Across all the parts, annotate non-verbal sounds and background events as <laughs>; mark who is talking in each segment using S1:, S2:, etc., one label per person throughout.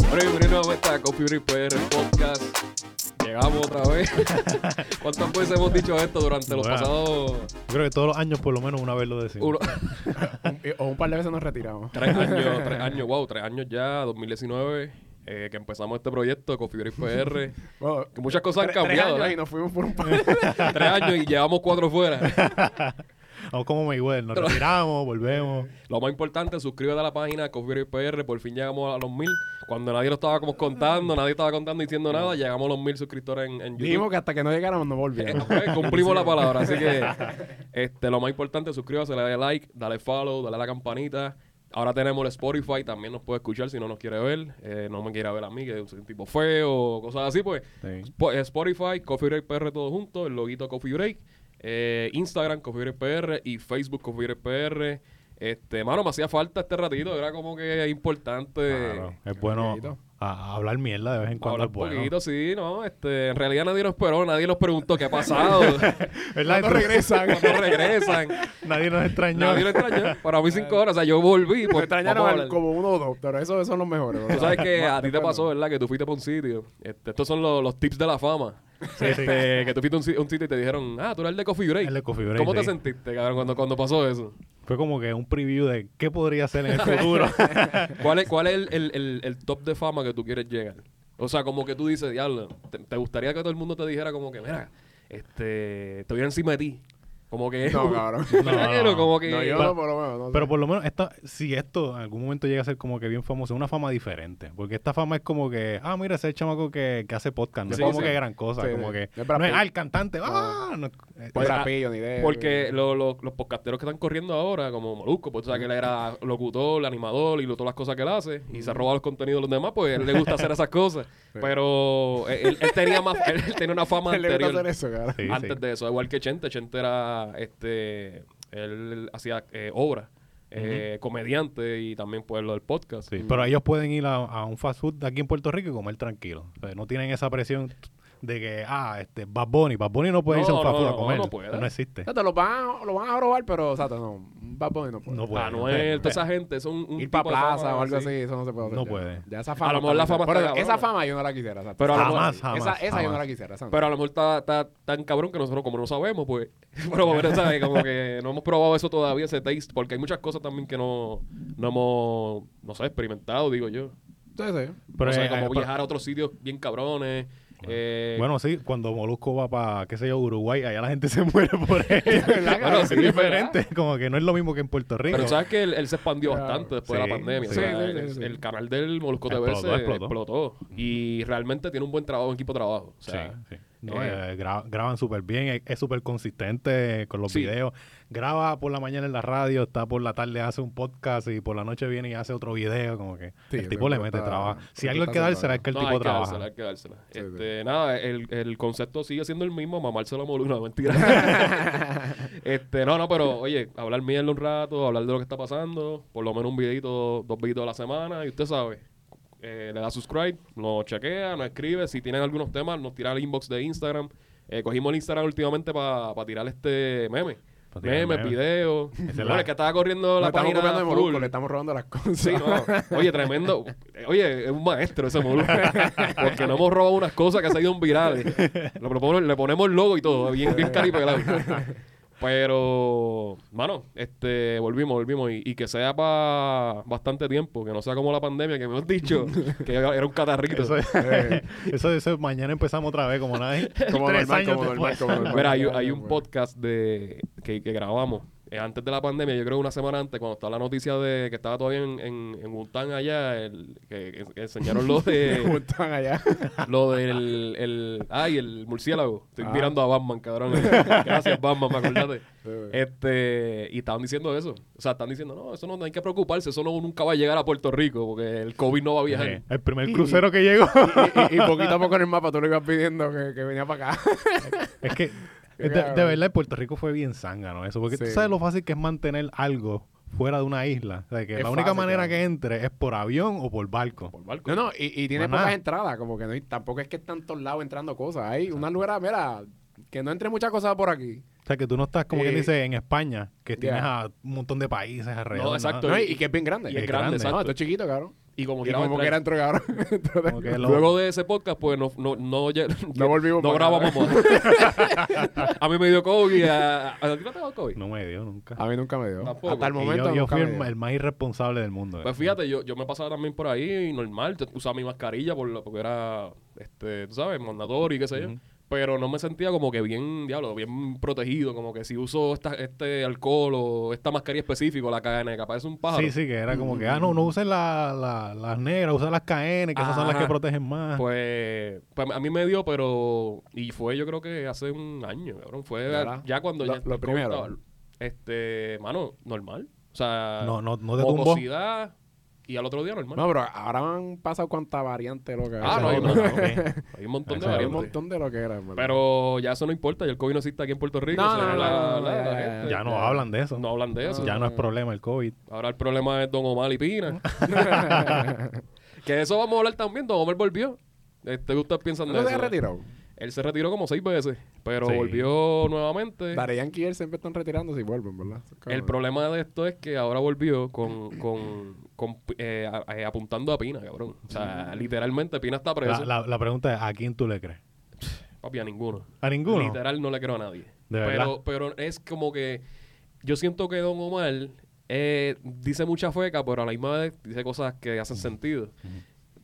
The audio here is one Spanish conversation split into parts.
S1: Señores, bienvenidos a esta Coffee Break PR Podcast. Llegamos otra vez. ¿Cuántas veces hemos dicho esto durante los
S2: Bueno.
S1: pasados
S2: Yo creo que todos los años por lo menos una vez lo decimos.
S1: uno-
S2: <laughs>
S3: Eh, O un par de veces nos retiramos.
S1: tres años? Tres años, wow, tres años ya, 2019, eh, que empezamos este proyecto, Coffee Break PR.
S3: Bueno,
S1: Que muchas cosas han
S3: tres- tres
S1: cambiado,
S3: años
S1: ¿verdad?
S3: Y nos fuimos por un
S1: <laughs>
S3: par.
S1: Tres años y llevamos cuatro fuera.
S2: O como Mayweather, nos retiramos, volvemos.
S1: <laughs> Lo más importante, suscríbete a la página Coffee Break PR. Por fin llegamos a los mil. Cuando nadie lo estaba como contando, nadie estaba contando, diciendo nada, llegamos a los mil suscriptores en, en YouTube.
S3: Dijimos que hasta que no llegáramos no <laughs>
S1: Eh,
S3: volvíamos.
S1: ok, cumplimos la palabra, así
S2: <laughs>
S1: que este, lo más importante, suscríbase, dale like, dale follow, dale a la campanita. Ahora tenemos el Spotify, también nos puede escuchar si no nos quiere ver, eh, no me quiere ver a mí, que soy un tipo feo, cosas así, pues. Spo- eh, Spotify, Coffee Break PR todo junto, el loguito Coffee Break, eh, Instagram Coffee Break PR y Facebook Coffee Break PR. Este, mano, me hacía falta este ratito, era como que importante.
S2: Claro, es bueno
S3: poquito.
S2: a- a hablar mierda de vez en cuando.
S1: Hablar
S2: Es
S1: un
S2: bueno.
S1: poquito, sí, no, este, en realidad nadie nos esperó, nadie nos preguntó qué ha
S2: <laughs>
S1: pasado.
S2: <laughs> ¿Verdad?
S3: No
S2: Entre-
S3: regresan.
S1: cuando regresan.
S2: <laughs> Nadie nos extrañó.
S1: Nadie lo extrañó. Para mí cinco horas. O sea, yo volví.
S3: Me
S1: Pues,
S3: extrañaron
S1: vamos a
S3: al-
S1: hablar.
S3: como uno o dos, pero esos son los mejores.
S1: Tú
S3: ¿verdad?
S1: sabes
S3: <laughs>
S1: que
S3: Más-
S1: a ti te
S3: después
S1: pasó,
S3: no.
S1: ¿verdad? Que tú fuiste para un sitio. Este, estos son los, los tips de la fama.
S2: Sí, sí.
S1: Este, que tú fuiste a un, si- un sitio y te dijeron, ah, tú eres el de Coffee Break.
S2: El de Coffee Break,
S1: ¿Cómo te
S2: sí.
S1: sentiste, cabrón, cuando, cuando pasó eso?
S2: Fue como que un preview de qué podría ser en el
S3: <laughs>
S2: futuro.
S1: ¿Cuál es, cuál es el, el- el- el top de fama que tú quieres llegar? O sea, como que tú dices, diablo, te, te gustaría que todo el mundo te dijera como que, mira, este, estoy encima de ti. Como que...
S3: No, cabrón.
S1: <laughs> Pero
S2: no.
S1: como que...
S3: No, yo
S2: Pero-
S3: no, por lo menos. no
S2: Pero
S3: sé.
S2: por lo menos esta, si esto en algún momento llega a ser como que bien famoso, una fama diferente. Porque esta fama es como que, ah, mira, ese chamaco que, que hace podcast. No
S1: Sí,
S2: es como
S1: sí.
S2: que gran cosa.
S3: Sí,
S2: como
S3: sí.
S2: que
S3: No es
S2: no
S3: Brad
S2: es
S3: Pitt.
S2: ah, el cantante. Ah, no, eh,
S3: Pues
S1: Pues, ah,
S3: rapillo, ni idea. <laughs>
S1: Porque lo- lo- los podcasteros que están corriendo ahora, como Molusco, pues tú sabes que él era locutor, animador y lo- todas las cosas que él hace, y se roba los contenidos de los demás, pues él le gusta hacer esas cosas.
S3: <laughs>
S1: Pero eh, él, él tenía más, él, él tenía una
S3: <laughs>
S1: fama
S3: Él le gusta hacer
S1: anterior.
S3: eso, cara.
S2: Sí,
S1: antes
S2: sí.
S1: de eso, igual que Chente, Chente era este, él hacía eh, obra, eh, comediante y también pues lo del podcast.
S2: Sí, pero ellos pueden ir a, a un fast food de aquí en Puerto Rico y comer tranquilo. O sea, no tienen esa presión de que, ah, este, Bad Bunny. Bad Bunny no puede irse a
S1: No,
S2: un fast
S1: no,
S2: food
S1: no,
S2: a comer.
S1: no
S2: No,
S1: puede.
S2: existe.
S3: O sea, te lo van, a- lo van a robar, pero, o sea, te- no. Bad Bunny no puede.
S2: No puede. no puede.
S1: Anuel, toda esa gente son un
S3: Ir
S1: tipo
S3: para
S1: de fama,
S3: plaza o algo
S1: sí.
S3: así, eso no se puede hacer.
S2: No
S3: ya.
S2: puede.
S3: Ya esa fama.
S1: A lo mejor la
S3: está-
S1: fama
S3: pero
S1: está
S3: Esa
S1: cabrona.
S3: fama yo no la quisiera. o sea,
S1: Pero a lo mejor-
S2: Jamás, jamás.
S3: esa, esa yo no
S2: jamás.
S3: la quisiera. esa no.
S1: Pero a lo mejor está, está tan cabrón que nosotros, como no sabemos, pues. <laughs> Pero
S2: <laughs>
S1: bueno, ¿sabes? Como que no hemos probado eso todavía, ese taste, porque hay muchas cosas también que no, no hemos, no sé, experimentado, digo yo.
S3: Sí, sí.
S2: Pero,
S1: o sea,
S2: eh,
S1: como
S2: eh, pero-
S1: viajar a otros sitios bien cabrones. eh,
S2: bueno, sí, cuando Molusco va para, qué sé yo, Uruguay, allá la gente <laughs> se muere
S1: <laughs>
S2: por él.
S3: ¿Verdad, cabrón?
S1: sí,
S2: es diferente, como que no es lo mismo que en Puerto Rico.
S1: pero sabes que él, él se expandió
S3: Claro.
S1: bastante después de la
S2: Sí,
S1: pandemia.
S2: sí,
S1: o sea,
S3: sí, sí,
S1: el,
S3: sí.
S1: el canal del Molusco TV
S2: Explotó,
S1: se explotó.
S2: explotó.
S1: Y realmente tiene un buen trabajo, un equipo de trabajo. O
S2: Sí,
S1: sea,
S2: sí. No,
S1: eh,
S2: eh, gra- graban súper bien, es- es súper consistente con los
S1: Sí.
S2: videos. Graba por la mañana en la radio, está por la tarde, hace un podcast y por la noche viene y hace otro video. Como que
S3: Sí,
S2: el
S3: ese
S2: tipo le
S3: tipo
S2: mete
S3: está-
S2: trabajo.
S3: ese
S2: Si
S3: tipo
S2: algo hay
S3: está
S2: que dársela
S3: haciendo
S2: es que el
S1: no,
S2: tipo
S1: hay que
S2: trabaja.
S1: dársela, hay que dársela.
S3: Sí,
S1: Este, Nada, el, el concepto sigue siendo el mismo, mamárselo a Molina, no,
S2: <laughs>
S1: mentira. este, no, no, pero oye, hablar mierda un rato, hablar de lo que está pasando, por lo menos un videito, dos videitos a la semana, y usted sabe. eh, le da subscribe, nos chequea, nos escribe. Si tienen algunos temas, nos tira el inbox de Instagram. Eh, cogimos el Instagram últimamente para tirar este meme.
S2: Pa tirar
S1: Memes,
S2: memes.
S1: videos.
S2: Esa es
S1: Bueno,
S2: la-
S1: es que estaba corriendo la
S3: Nos estamos
S1: página
S3: copiando de Molusco,
S1: full.
S3: le estamos robando las cosas.
S1: Sí,
S2: <laughs>
S3: <laughs>
S1: no. Oye, tremendo. Oye, es un maestro ese Molusco. Porque no hemos robado unas cosas que se han ido en virales. Lo proponemos- le ponemos el logo y todo, bien, bien caripelado. Pero, mano, este, volvimos, volvimos. Y, y que sea para bastante tiempo, que no sea como la pandemia, que me hemos dicho que era un catarrito.
S2: Eso,
S3: <laughs>
S2: es-
S3: Eh.
S2: <laughs> eso, eso es- mañana empezamos otra vez, como nadie.
S3: Como
S2: tres
S3: normal,
S2: años
S3: como normal,
S2: después.
S3: como normal.
S1: Mira, hay, hay un podcast de que, que grabamos eh, antes de la pandemia, yo creo una semana antes, cuando estaba la noticia de que estaba todavía en, en, en Wuhan allá, el, que, que- que enseñaron lo
S2: <laughs>
S3: <laughs>
S1: de <laughs>
S3: Están allá.
S1: lo del el, ay, el murciélago. Estoy
S3: Ah.
S1: mirando a Batman,
S3: <laughs>
S1: cabrón. Gracias, Batman, me acordaste.
S3: Eh,
S1: Este, y estaban diciendo eso. O sea, están diciendo, no, eso no, no hay que preocuparse, eso no, nunca va a llegar a Puerto Rico, porque el COVID no va a viajar.
S3: Eh,
S2: Sí, Eh, El primer crucero que
S3: <laughs>
S2: llegó.
S3: y, y- y poquito a poco en el mapa tú le ibas pidiendo que, que venía para acá.
S2: Es que, de,
S3: Qué
S2: de
S3: cabrón.
S2: verdad, Puerto Rico fue bien zángano eso. Porque tú
S3: Sí.
S2: sabes lo fácil que es mantener algo fuera de una isla. O sea, que
S3: Es
S2: la única
S3: fácil,
S2: manera
S3: claro.
S2: que entre es por avión o por barco.
S1: <laughs> Por barco.
S3: No, no, y, y tiene
S2: Más nada.
S3: pocas entradas, como que no, hay- tampoco es que están todos lados entrando cosas. Hay una lugar, mira, que no entre muchas cosas por aquí.
S2: O sea, que tú no estás, como que
S3: Eh,
S2: dice, en España, que tienes
S3: ya.
S2: a un montón de países alrededor.
S1: No, exacto.
S2: ¿no?
S3: No, y, y que es bien grande.
S2: Y
S3: No,
S2: es grande,
S3: esto es chiquito, cabrón.
S1: Y como
S3: Y
S1: quiera va a
S3: como que
S1: entrar.
S3: eran <laughs> drogados.
S2: Como que lo-
S1: Luego de ese podcast, pues no, no, no, lle-
S3: No volvimos
S1: no
S3: para acá.
S1: grabamos más. <laughs> a mí me dio COVID. A, a- ¿a ti no te dio COVID?
S2: No me dio nunca.
S3: A mí nunca me dio.
S1: Tampoco.
S3: Hasta el
S1: Y
S2: Y
S3: momento
S2: yo, yo
S3: nunca
S2: fui
S3: me
S2: el,
S3: dio.
S2: el más irresponsable del mundo.
S1: Pues
S2: eh.
S1: fíjate, yo, yo me pasaba también por ahí, normal, yo usaba mi mascarilla por lo- porque era, este, tú sabes, mandatorio y qué sé yo. Pero no me sentía como que bien, diablo, bien protegido, como que si uso esta, este alcohol o esta mascarilla específica, la KN, capaz es un pájaro.
S2: Sí, sí, que era como que, ah, no, no uses la- la- las negras, usa las KN, que esas son las
S1: Ajá.
S2: que protegen más.
S1: Pues, pues a mí me dio, pero. Y fue, yo creo que hace un año, cabrón. Fue
S3: ¿Verdad?
S1: ya cuando
S3: Lo-
S1: ya.
S3: lo
S1: el COVID
S3: primero.
S1: estaba- Este, mano, normal. O sea.
S2: No, no- no te tumbó.
S1: mocosidad, y al otro día normal.
S3: No, pero ahora han pasado cuántas variantes loca.
S1: ah, no,
S2: Eso
S1: hay,
S2: es
S3: <laughs>
S1: no,
S2: otro,
S1: no,
S2: ok.
S1: hay un montón de
S2: Eso es
S3: Hay un
S1: variantes.
S3: montón de lo que era, en verdad.
S1: Pero ya eso no importa, ya el COVID no existe aquí en Puerto Rico.
S3: No,
S1: o sea,
S3: no, no,
S1: la-
S3: no, no,
S1: la-
S3: ya,
S1: la
S3: Ah, ya, ya.
S1: gente-
S2: ya no hablan de eso.
S1: no hablan de eso.
S2: ya no es problema el COVID.
S1: Ahora el problema es Don Omar y
S3: <laughs>
S1: Pina. que de eso vamos a hablar también. Don Omar volvió. Este, ¿Ustedes piensan de
S3: ¿No
S1: eso?
S3: se ha retirado?
S1: Él se retiró como seis veces, pero
S2: Sí.
S1: volvió nuevamente.
S3: Dari Yankee y él siempre están retirándose y vuelven, ¿verdad?
S1: El problema de esto es que ahora volvió con, con, con, eh, a- eh, apuntando a Pina, cabrón. O sea, literalmente Pina está preso.
S2: La, la- la pregunta es, ¿a quién tú le crees?
S1: Papi, a ninguno.
S2: ¿A ninguno?
S1: Literal, no le creo a nadie.
S2: De verdad.
S1: pero, pero es como que yo siento que Don Omar eh, dice mucha feca, pero a la misma vez dice cosas que hacen sentido.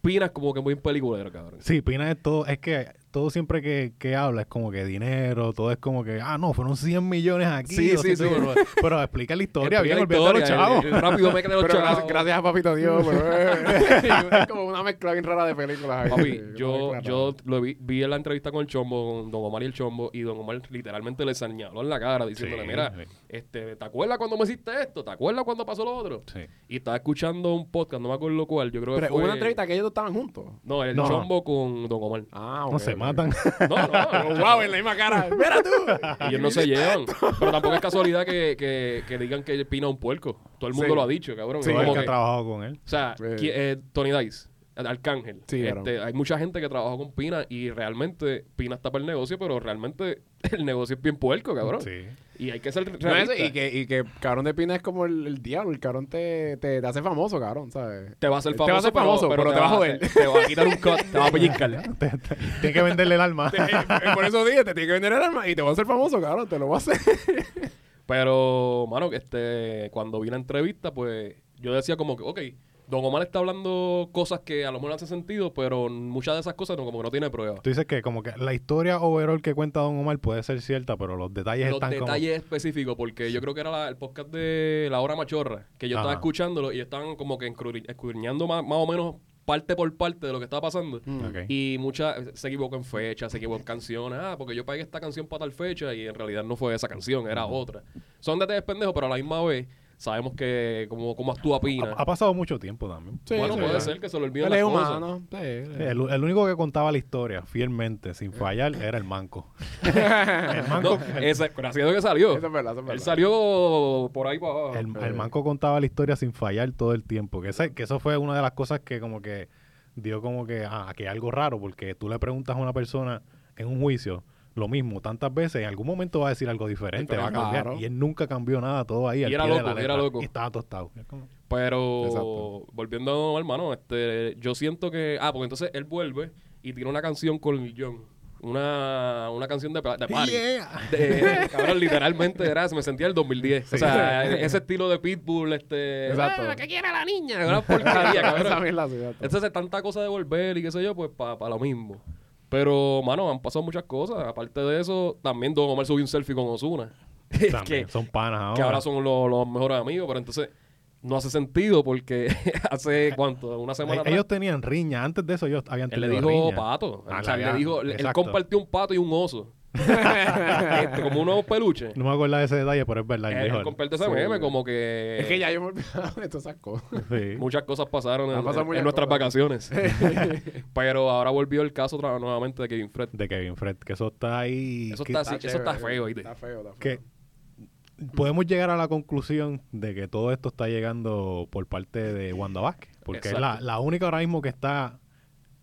S1: Pina es como que muy peliculero, cabrón.
S2: Sí, Pina es todo, es que todo siempre que, que habla es como que dinero, todo es como que, ah, no, fueron 100 millones aquí.
S1: Sí,
S2: 200
S1: sí, sí.
S2: millones". Pero, explica la historia bien,
S1: Explica
S2: olvídate
S1: la
S2: de los
S1: historia, eh,
S2: chavos.
S1: el- el rápido me
S2: <laughs>
S1: quedé los
S3: Pero
S1: chavos.
S3: gracias, gracias a Papito Dios,
S1: <laughs>
S3: pero, eh, es como una mezcla bien rara de películas. ahí.
S1: Papi,
S3: Una
S1: yo,
S3: mezcla
S1: yo lo vi, vi en la entrevista con el Chombo, con Don Omar y el Chombo, y Don Omar literalmente le señaló en la cara diciéndole,
S2: Sí,
S1: mira,
S2: sí.
S1: este, ¿te acuerdas cuando me hiciste esto? ¿Te acuerdas cuando pasó lo otro?
S2: <laughs> Sí.
S1: Y estaba escuchando un podcast, no me acuerdo lo cual, yo creo que
S3: rara. Pero
S1: fue...
S3: hubo una entrevista que ellos dos estaban juntos.
S1: No, el
S2: No, no.
S1: Chombo con Don
S3: <laughs>
S1: Omar.
S3: Ah,
S2: No se matan. <laughs>
S1: No, no,
S3: Wow, en la misma cara.
S1: <laughs>
S3: ¡Mira tú!
S1: ellos no se
S3: <laughs>
S1: llevan. Pero tampoco es casualidad que, que, que digan que Pina es un puerco. Todo el mundo
S3: Sí.
S1: lo ha dicho, cabrón.
S3: Sí,
S1: Es
S2: Todo
S1: como
S2: el que ha
S1: que-
S2: trabajado con él.
S1: O sea,
S3: Eh.
S1: qui- eh, Tony Dice, Al- Arcángel.
S3: Sí,
S1: Este,
S3: claro.
S1: hay mucha gente que trabajó con Pina y realmente Pina está para el negocio, pero realmente <laughs> el negocio es bien puerco, cabrón.
S2: Sí.
S1: Y hay que ser
S3: No, eso,
S1: realista.
S3: y, que, y que cabrón de pina es como el, el diablo, el cabrón te, te, te hace famoso,
S1: <laughs>
S3: cabrón, ¿sabes?
S1: Te va a hacer
S3: Te
S1: famoso,
S3: va a hacer famoso, pero te va a joder.
S1: Te, te va a quitar un cut, te
S3: <laughs>
S1: va a pellizcar.
S2: <laughs> Te- te- Tiene que venderle el alma. <laughs>
S3: Eh, Por eso dije, te tiene que vender el arma y te va a hacer famoso, cabrón, te lo va a hacer.
S1: Pero, mano, que este, cuando vi la entrevista, pues yo decía como que, ok, Don Omar está hablando cosas que a lo mejor hacen sentido, pero muchas de esas cosas no, como que no tiene pruebas.
S2: Tú dices que como que la historia overall que cuenta Don Omar puede ser cierta, pero los detalles
S1: los
S2: están
S1: detalles específicos, porque yo creo que era la- el podcast de La Hora Machorra, que yo estaba
S2: Ajá.
S1: escuchándolo y estaban como que escru- escudriñando más, más o menos parte por parte de lo que estaba pasando.
S2: como... Ok.
S1: Y muchas eh, se equivocó en fecha, se equivocó en canciones. Ah, porque yo pagué esta canción para tal fecha y en realidad no fue esa canción, era otra. Son detalles pendejos, pero a la misma vez sabemos que como, como actúa Pina.
S2: Ha, ha pasado mucho tiempo también.
S3: Sí,
S1: bueno,
S3: sí,
S1: puede
S3: ya.
S1: ser que se le olviden las
S3: Él es
S1: cosas.
S3: humano. Sí, sí.
S2: El, el único que contaba la historia fielmente, sin fallar, era el manco.
S1: <laughs>
S2: el, manco
S1: Eh. No, ese, gracias a Dios que salió.
S3: Eso es verdad, eso es
S1: Él
S3: verdad.
S1: salió por ahí para abajo.
S2: el- el manco contaba la historia sin fallar todo el tiempo. Que, ese- que eso fue una de las cosas que como que dio como que, ah, que algo raro, porque tú le preguntas a una persona en un juicio lo mismo tantas veces, en algún momento va a decir algo diferente, va a cambiar.
S3: Claro.
S2: Y él nunca cambió nada, todo ahí. al
S1: Y era
S2: pie de la
S1: loco, y era
S2: letra.
S1: loco.
S2: Y estaba tostado. Es como-
S1: Pero
S3: Exacto.
S1: volviendo, hermano, este, yo siento que. Ah, porque entonces él vuelve y tiene una canción con Lil Jon. Una, una canción de, pa- de party.
S2: Yeah.
S1: De- cabrón, literalmente era, se me sentía el 2010. O sea, ese estilo de Pitbull, este.
S3: Exacto.
S1: "Ah, ¿Qué quiere la niña? Una
S2: <laughs>
S1: porquería,
S3: <laughs> Esa
S1: cabrón.
S3: mierda, sí, exacto.
S1: Entonces, tanta cosa de volver y qué sé yo, pues para lo mismo. Pero, mano, han pasado muchas cosas. Aparte de eso, también Don Omar subió un selfie con Ozuna. <laughs> <laughs> Es
S2: También, Ah,
S1: que-
S2: son panas ahora.
S1: que ahora son los, los mejores amigos, pero entonces no hace sentido porque <laughs> hace cuánto, una semana
S2: Eh, Ellos tenían riña. Antes de eso ellos habían
S1: atrás, él
S2: tenido
S1: le dijo
S2: riña.
S1: pato.
S2: Ah,
S1: o sea,
S2: la
S1: le
S2: había-
S1: dijo, le- él
S2: exacto.
S1: compartió un pato y un oso.
S2: <laughs>
S1: Este, como unos peluches.
S2: No me acuerdo de ese detalle, pero es verdad. él
S1: Él
S2: dijo-
S1: compartió ese
S3: Sí.
S1: meme como que,
S3: Es que ya yo me he olvidado de todas esas cosas.
S1: <laughs>
S2: Sí.
S1: muchas cosas pasaron en,
S3: Han pasado
S1: en- en
S3: muchas
S1: nuestras
S3: cosas. <laughs>
S1: vacaciones. <laughs> pero ahora volvió el caso otra- nuevamente de Kevin Fred.
S2: de Kevin Fred, que eso está ahí.
S1: Eso
S2: que,
S1: está así. Ah, eso
S3: chévere,
S1: está feo, ¿viste?
S3: Está feo, está feo.
S2: que podemos llegar a la conclusión de que todo esto está llegando por parte de Wanda Vázquez, porque es la,
S1: Exacto.
S2: la única ahora mismo que está,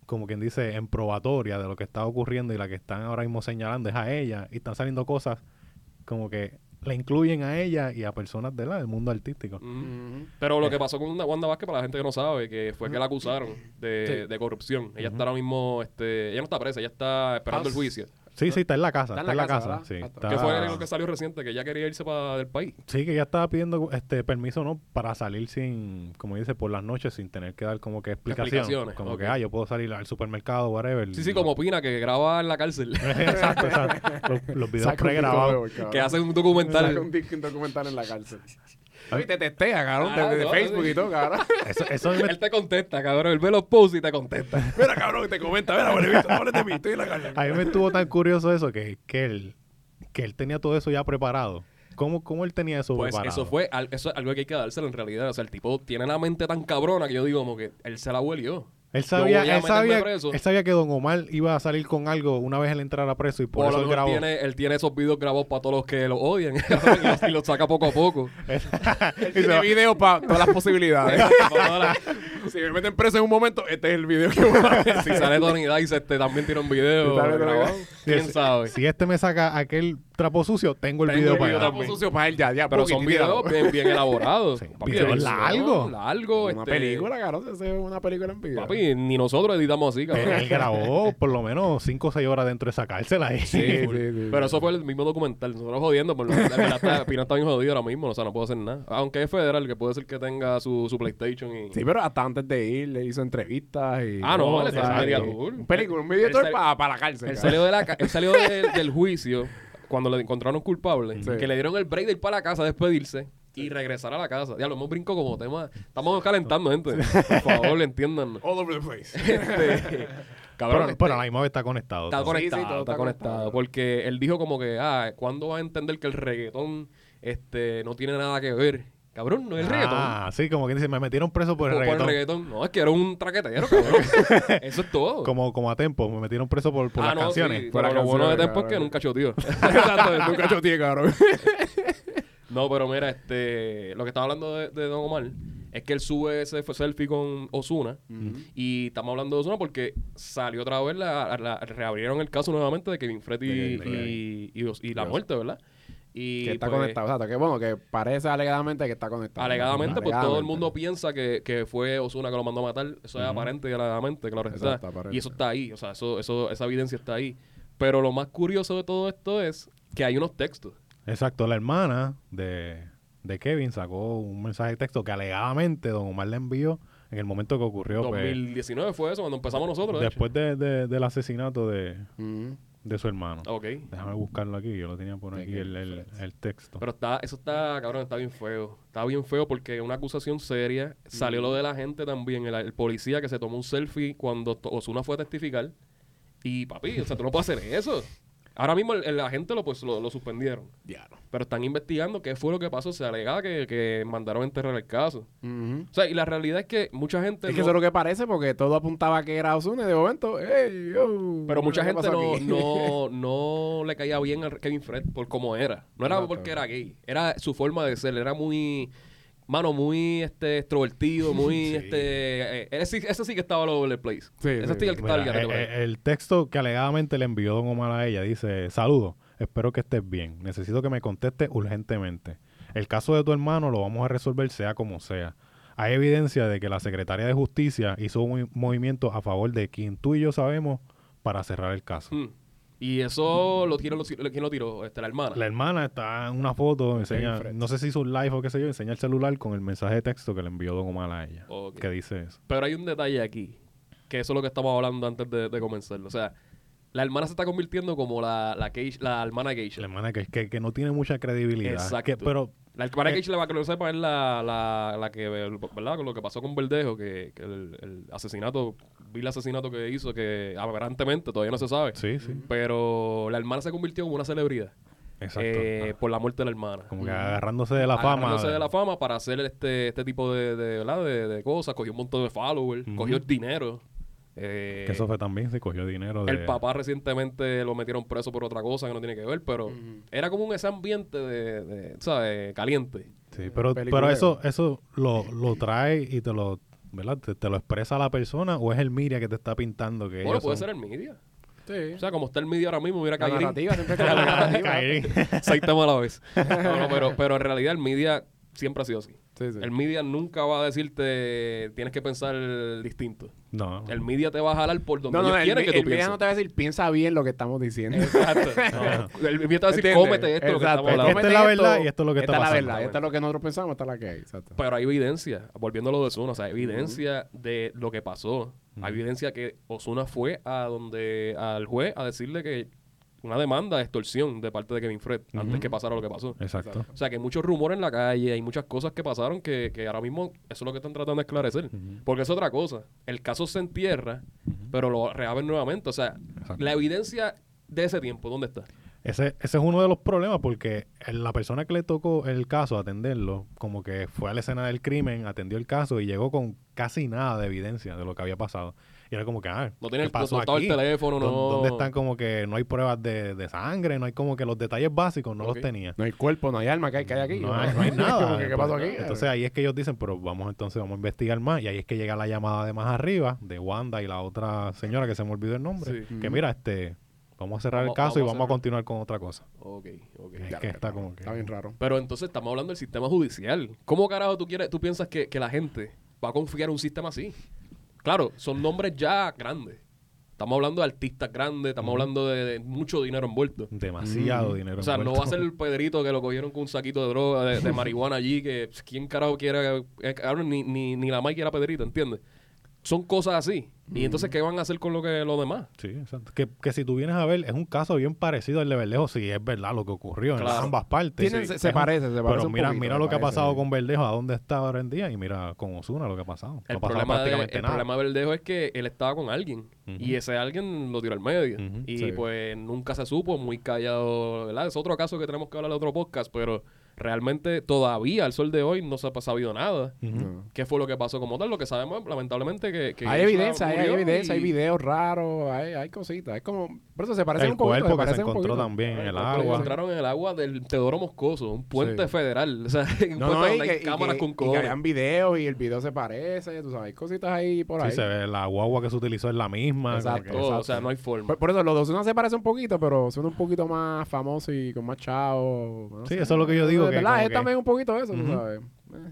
S2: como quien dice, en probatoria de lo que está ocurriendo y la que están ahora mismo señalando es a ella y están saliendo cosas como que la incluyen a ella y a personas de la- del mundo artístico.
S1: Ujú.
S3: Mm.
S1: Pero lo que pasó con Wanda Vázquez, para la gente que no sabe, que fue que la acusaron de,
S3: Sí.
S1: de corrupción. Ella está ahora mismo, este, ella no está presa, ella está esperando el
S3: Ah,
S1: juicio.
S2: Sí, sí, está en la casa.
S3: Está
S2: Está,
S3: en la
S2: en la
S3: casa,
S2: casa.
S3: ¿verdad?
S2: sí,
S3: Ah, está.
S1: Que
S2: está-
S1: fue lo que salió reciente, que ella quería irse para del país.
S2: Sí, que ya estaba pidiendo este permiso no para salir sin, como dice, por las noches sin tener que dar como que explicación.
S1: Explicaciones,
S2: Como
S1: ok.
S2: que, ah, yo puedo salir al supermercado, whatever.
S1: Sí, sí, como opina que graba en la
S3: <laughs>
S1: cárcel, <laughs>
S2: <laughs> exacto, exacto. Los, los videos pregrabados.
S1: que hace un documental.
S3: un disco un documental en la cárcel. Oye, te testea, cabrón, de, de
S1: Ah, no,
S3: Facebook y todo, cabrón.
S1: <laughs>
S2: Eso, eso a mí
S1: Él
S2: me,
S1: te contesta, cabrón. Él ve los posts y te contesta.
S3: Mira, cabrón, te comenta, mira, bolivito, háblate de mí, estoy en la cárcel.
S2: a mí me estuvo tan curioso eso que, que él que él tenía todo eso ya preparado. ¿Cómo, cómo él tenía eso
S1: Pues
S2: preparado?
S1: eso fue al- eso es algo que hay que dárselo en realidad. O sea, el tipo tiene la mente tan cabrona que yo digo como que él se la huelió.
S2: Él
S1: voy
S2: sabía,
S1: a
S2: él,
S1: meterme
S2: sabía,
S1: preso.
S2: él sabía que Don Omar iba a salir con algo una vez él entrara preso y por
S1: Por
S2: eso
S1: lo
S2: él
S1: mejor
S2: grabó.
S1: tiene, él tiene esos videos grabados para todos los que lo odian <laughs> y los- y los saca poco a
S2: <laughs>
S1: poco.
S3: Tiene video para todas las posibilidades.
S1: <laughs> Ahora,
S3: si me meten preso en un momento, este es el video que voy a
S1: si
S3: decir.
S1: sale Tony Dice, este también tiene un video
S3: Sí, sale Tony
S1: grabado. ¿Quién
S2: Si-
S1: sabe?
S2: Si este me saca aquel trapo sucio, tengo el
S1: Tengo
S2: video
S1: el
S2: para
S1: video
S2: allá.
S1: también.
S3: sucio para él ya, ya.
S1: Pero
S3: pum, y
S1: son
S3: tíralo.
S1: videos bien, bien elaborados.
S2: Sí,
S1: Papi,
S2: videos
S1: edición,
S2: largos.
S1: Largo.
S3: Una
S1: este,
S3: película, cabrón, se hace una película en video.
S1: Papi, ni nosotros editamos así,
S2: Él,
S1: cabrón.
S2: él grabó por lo menos 5 o 6 horas dentro de esa cárcel ahí.
S1: Sí,
S3: Sí,
S1: full.
S3: sí, sí,
S1: pero
S3: sí.
S1: eso fue el mismo documental. Nosotros jodiendo, por lo menos, Pina está, Pina está bien jodido ahora mismo, o sea, no puedo hacer nada. Aunque es federal, que puede ser que tenga su, su PlayStation y.
S3: Sí, pero hasta antes de ir le hizo entrevistas y...
S1: Ah, no,
S3: todo,
S1: le
S3: o sea,
S1: salió media
S3: que-
S1: tour.
S3: Un película, un
S1: Él
S3: media tour
S1: salió-
S3: para para la cárcel.
S1: él
S3: cabrón.
S1: salió, de la, ca- él salió del, del juicio cuando le encontraron culpable,
S3: Sí.
S1: que le dieron el break de ir para la casa a despedirse y regresar a la casa. Ya lo hemos brinco como tema. Estamos calentando, gente. Por favor, entiendan.
S3: <laughs> All over the place.
S1: Este,
S2: <laughs> Pero,
S1: cabrón, este,
S2: pero a la misma vez está conectado.
S1: está
S2: todo.
S3: con-
S1: conectado,
S3: sí, todo
S1: está
S3: está
S1: conectado.
S3: conectado.
S1: Porque él dijo como que, ah, ¿cuándo vas a entender que el reggaetón este, no tiene nada que ver? Cabrón, no es reggaetón.
S2: Ah, sí, como que dice, me metieron preso por
S1: Por
S2: el
S1: por el
S2: reggaetón.
S1: reggaetón. No, es que era un traquetero, cabrón. Eso es todo.
S2: Como, como a Tempo, me metieron preso por, por
S1: Ah,
S2: las
S1: no,
S2: canciones.
S1: sí,
S3: Por
S1: pero
S3: las
S1: lo bueno de
S3: canciones,
S1: Tempo es que
S3: cabrón.
S1: nunca choteó.
S3: Exacto, nunca choteé, cabrón.
S1: No, pero mira, este, lo que estaba hablando de, de Don Omar es que él sube ese f- selfie con Osuna y estamos hablando de Osuna porque salió otra vez, la, la- reabrieron el caso nuevamente de Kevin Fred y,
S2: De Kevin Fred.
S1: y, y, y la muerte, ¿verdad? Y
S3: que está
S1: pues,
S3: conectado. Exacto, que bueno, que parece alegadamente que está conectado.
S1: Alegadamente, pues todo el
S3: Alegadamente.
S1: mundo piensa que, que fue Osuna que lo mandó a matar. Eso es aparente y alegadamente, claro está.
S3: Exacto, aparente.
S1: Y eso está ahí, o sea, eso, eso, esa evidencia está ahí. Pero lo más curioso de todo esto es que hay unos textos.
S2: Exacto, la hermana de, de Kevin sacó un mensaje de texto que alegadamente Don Omar le envió en el momento que ocurrió. pues,
S1: 2019 fue eso, cuando empezamos nosotros. de hecho.
S2: después de- de- del asesinato de,
S3: Ujú.
S2: de su hermano.
S1: Ok.
S2: Déjame buscarlo aquí, yo lo tenía por
S3: De
S2: aquí
S3: Kevin
S2: el, el- el texto.
S1: Pero está, eso está, cabrón, está bien feo. Está bien feo porque una acusación seria. Salió lo de la gente también, el, el policía que se tomó un selfie cuando to- Ozuna fue a testificar. Y papi, o sea, tú no puedes hacer eso. Ahora mismo el, el agente lo, pues, lo, lo suspendieron.
S3: Diablo.
S1: Pero están investigando qué fue lo que pasó. Se alegaba que, que mandaron a enterrar el caso.
S3: Ujú.
S1: O sea, y la realidad es que mucha gente.
S3: Mm-hmm. Es
S1: Este no-
S3: que eso es lo que parece porque todo apuntaba que era Ozuna y de momento, ey, yo,
S1: Pero mucha
S3: ¿qué
S1: gente
S3: pasó
S1: no,
S3: aquí? <laughs>
S1: no, no le caía bien a Kevin Fred por cómo era. No era
S3: Exacto.
S1: porque era gay, era su forma de ser, era muy, mano, muy este extrovertido,
S3: <laughs>
S1: muy
S2: Sí.
S1: este eh, ese, ese sí que estaba all over the place.
S3: Sí,
S1: ese
S3: sí,
S1: sí, el que estaba
S2: Mira,
S1: al garete,
S2: eh,
S1: ¿verdad?
S2: eh, el texto que alegadamente le envió Don Omar a ella dice, saludos, espero que estés bien, necesito que me conteste urgentemente. El caso de tu hermano lo vamos a resolver sea como sea. Hay evidencia de que la Secretaría de Justicia hizo un movimiento a favor de quien tú y yo sabemos para cerrar el caso.
S1: Mm. Y eso lo tiró, lo- ¿quién lo tiró? Este, la hermana.
S2: La hermana está en una foto, enseña,
S3: Fred.
S2: no sé si hizo un live o qué sé yo, enseña el celular con el mensaje de texto que le envió Don Omar a ella.
S1: Ok.
S2: Que dice eso.
S1: Pero hay un detalle aquí, que eso es lo que estamos hablando antes de, de comenzar. O sea, la hermana se está convirtiendo como la, la, Keisha- la hermana de Keisha.
S2: La hermana que, que, que no tiene mucha credibilidad.
S1: Exacto.
S2: Que- pero
S1: La hermana
S2: Eh.
S1: que Keisha, la que lo sepa, es la, la, la que, ¿verdad? Con lo que pasó con Verdejo, que, que el, el asesinato, vi el asesinato que hizo, que aparentemente todavía no se sabe.
S2: sí, sí.
S1: Pero la hermana se convirtió como una celebridad
S2: Exacto.
S1: eh, por la muerte de la hermana.
S2: Como que agarrándose de la
S1: Agarrándose
S2: fama.
S1: de la fama para hacer este, este tipo de, de, ¿verdad? de, de cosas. Cogió un montón de followers, cogió dinero. Eh,
S2: Que eso fue también, se cogió dinero de...
S1: el papá recientemente lo metieron preso por otra cosa que no tiene que ver, pero era como un ese ambiente de, de, ¿sabes? Caliente.
S2: Sí, pero,
S3: Peliculero.
S2: pero eso, eso lo, lo trae y te lo... ¿Verdad? Te, te lo expresa la persona o es el Miria que te está pintando que
S1: Bueno,
S2: ellos
S1: puede
S2: son-
S1: ser el media.
S3: Sí, Sí.
S1: O sea, como está el medio ahora mismo, hubiera
S3: La
S1: caído
S3: narrativa, siempre con
S2: <laughs>
S3: la narrativa.
S2: Kyrie.
S1: <laughs> seis temas a la
S3: <laughs>
S1: vez. No, no, pero, pero en realidad el media siempre ha sido así.
S3: Sí, sí.
S1: El media nunca va a decirte tienes que pensar distinto.
S2: No.
S1: El media te va a jalar por donde
S3: No, no,
S1: ellos
S3: no, el,
S1: quieren que
S3: el
S1: tú
S3: media
S1: pienses.
S3: no te va a decir, piensa bien lo que estamos diciendo.
S1: Exacto. No. El media te va a decir
S3: ¿Entiendes?
S1: cómete esto lo que
S3: Exacto.
S1: estamos hablando.
S2: Esta es la verdad y esto es lo que está
S3: Esta es
S2: pasando.
S3: la verdad, esta es lo que nosotros pensamos, esta es la que hay. Exacto.
S1: Pero hay evidencia, volviendo a lo de Osuna, o sea, hay evidencia de lo que pasó. Hay evidencia que Osuna fue a donde al juez a decirle que una demanda de extorsión de parte de Kevin Fred antes que pasara lo que pasó.
S2: Exacto.
S1: O sea, que hay muchos rumores en la calle, hay muchas cosas que pasaron que, que ahora mismo eso es lo que están tratando de esclarecer. Porque es otra cosa. El caso se entierra, pero lo reabren nuevamente. O sea,
S2: Exacto.
S1: la evidencia de ese tiempo, ¿dónde está?
S2: Ese, ese es uno de los problemas porque el- la persona que le tocó el caso atenderlo, como que fue a la escena del crimen, atendió el caso y llegó con casi nada de evidencia de lo que había pasado. Y era como que, ah,
S1: No tiene
S2: ¿qué
S1: el-
S2: pasó
S1: no estaba el
S2: aquí?
S1: teléfono,
S2: ¿Dó-
S1: no-
S2: ¿Dónde están como que no hay pruebas de, de sangre? No hay como que los detalles básicos, no
S1: Ok.
S2: los tenía.
S3: No hay cuerpo, no hay alma que hay, que hay aquí.
S2: No
S3: <laughs>
S2: hay, no hay nada.
S3: Como que, ¿Qué pasó aquí?
S2: Entonces ahí es que ellos dicen, pero vamos entonces, vamos a investigar más. Y ahí es que llega la llamada de más arriba, de Wanda y la otra señora que se me olvidó el nombre.
S1: Sí.
S2: Que mira, este, vamos a cerrar
S1: Vamos-
S2: el caso y
S1: vamos a
S2: vamos a
S1: cerrar.
S2: continuar con otra cosa.
S1: Ok, ok.
S2: Es que está como que...
S3: Está bien raro.
S1: Pero entonces estamos hablando del sistema judicial. ¿Cómo carajo tú quieres, tú piensas que, que la gente va a confiar en un sistema así? Claro, son nombres ya grandes. Estamos hablando de artistas grandes, estamos hablando de, de mucho dinero envuelto.
S2: Demasiado dinero.
S1: Mm, O sea, no va a
S2: envuelto.
S1: ser el Pedrito que lo cogieron con un saquito de droga, de, de marihuana allí, que pues, quién carajo quiera, eh, cabrón, ni, ni, ni la Mike era Pedrito, ¿entiendes? Son cosas así. Y entonces, ¿qué van a hacer con lo que lo demás?
S2: <laughs> Sí, exacto. Que, que si tú vienes a ver, es un caso bien parecido al de Verdejo, si es verdad lo que ocurrió en
S1: Claro.
S2: ambas partes.
S3: Tienen- se-
S2: Es
S3: se
S2: un-
S3: parece, se parece
S2: Pero
S3: un
S2: mira,
S3: poquito,
S2: mira
S3: se
S2: lo que ha
S3: parece.
S2: pasado con Verdejo, a dónde está ahora en día, y mira con Osuna lo que ha pasado.
S1: El,
S2: no ha pasado
S1: problema, de,
S2: prácticamente
S1: el
S2: nada.
S1: problema de Verdejo es que él estaba con alguien y ese alguien lo tiró al medio.
S2: Ujú,
S1: y
S3: sí.
S1: pues nunca se supo, muy callado, ¿verdad? Es otro caso que tenemos que hablar de otro podcast, pero realmente todavía al sol de hoy no se ha sabido nada.
S3: No.
S1: ¿Qué fue lo que pasó como tal? Lo que sabemos, lamentablemente, que. que
S3: Hay
S1: Isla
S3: evidencia, hay, hay
S1: murió
S3: evidencia,
S1: y-
S3: hay videos raros, hay, hay cositas. Es como. Por eso se parecen
S2: El
S3: un poquito.
S2: cuerpo que se
S3: parecen un
S2: encontró
S3: poquito.
S2: también en el
S1: Lo
S2: agua.
S1: encontraron en el agua del Teodoro Moscoso, un puente
S3: Sí.
S1: federal. <laughs> O sea, un puente
S3: No, no, y
S1: donde hay
S3: que, y
S1: cámaras
S3: que-
S1: con
S3: y que
S1: cojones.
S3: habían videos y el video se parece, tú sabes, hay cositas ahí por ahí.
S2: Sí, se ve la guagua que se utilizó es la misma.
S3: Exacto.
S2: como
S1: Todo,
S2: que-
S1: o sea, no hay forma.
S3: Por, por eso, los dos uno se parece un poquito, pero son un poquito más famoso y con más chavo. no
S2: Sí,
S3: sé.
S2: eso es lo que yo digo, que
S3: verdad,
S2: como
S3: es
S2: que-
S3: también un poquito eso, tú sabes.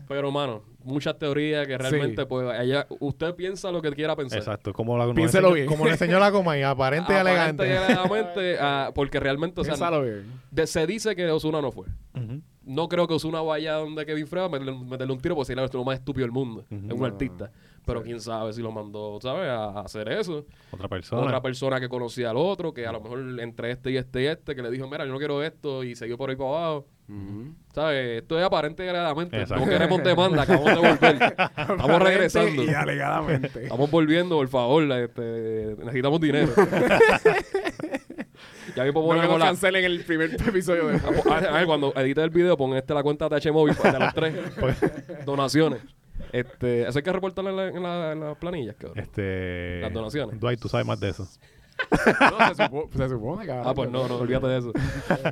S1: Pero, mano, muchas teorías que realmente,
S3: Sí.
S1: pues, ella, usted piensa lo que quiera pensar.
S2: Exacto, como, la, como le
S3: Piénselo
S2: enseñó-
S3: bien.
S2: como le enseñó
S1: <laughs>
S2: la coma y aparente y
S1: Aparente y
S2: elegante.
S1: alegadamente, ah, porque realmente, o sea,
S3: Piénsalo bien.
S1: de- se dice que Osuna no fue.
S2: Ujú.
S1: No creo que Osuna vaya donde Kevin Frey a meterle, meterle un tiro porque sería lo más estúpido del mundo. Es un
S3: No,
S1: artista. Pero quién sabe si lo mandó, ¿sabes? A, a hacer eso.
S2: Otra persona.
S1: Otra persona que conocía al otro, que a lo mejor entre este y este y este, que le dijo, mira, yo no quiero esto, y siguió por ahí para abajo. ¿Sabes? Esto es aparente y alegadamente.
S2: Exacto.
S1: No queremos demanda, acabamos de
S2: <laughs>
S1: volver. Estamos regresando.
S3: Y alegadamente.
S1: Estamos volviendo, por favor. este, necesitamos
S3: <laughs>
S1: dinero. ya mismo
S3: No
S1: ponemos
S3: nos
S1: la...
S3: cancelen el primer <laughs> episodio de
S1: <laughs> Ah, ah, cuando edite el video, pon este la cuenta de TH Móvil de las
S2: Pues,
S1: tres donaciones. Este, eso hay que reportarlo en, la- en la- en las planillas, cabrón.
S2: Este,
S1: Las donaciones.
S2: Dwight, tú sabes más de eso.
S3: No, <laughs> se, supo- se supone, cabrón.
S1: pues, Ah, pues no, no, olvídate de
S3: <laughs>
S1: eso.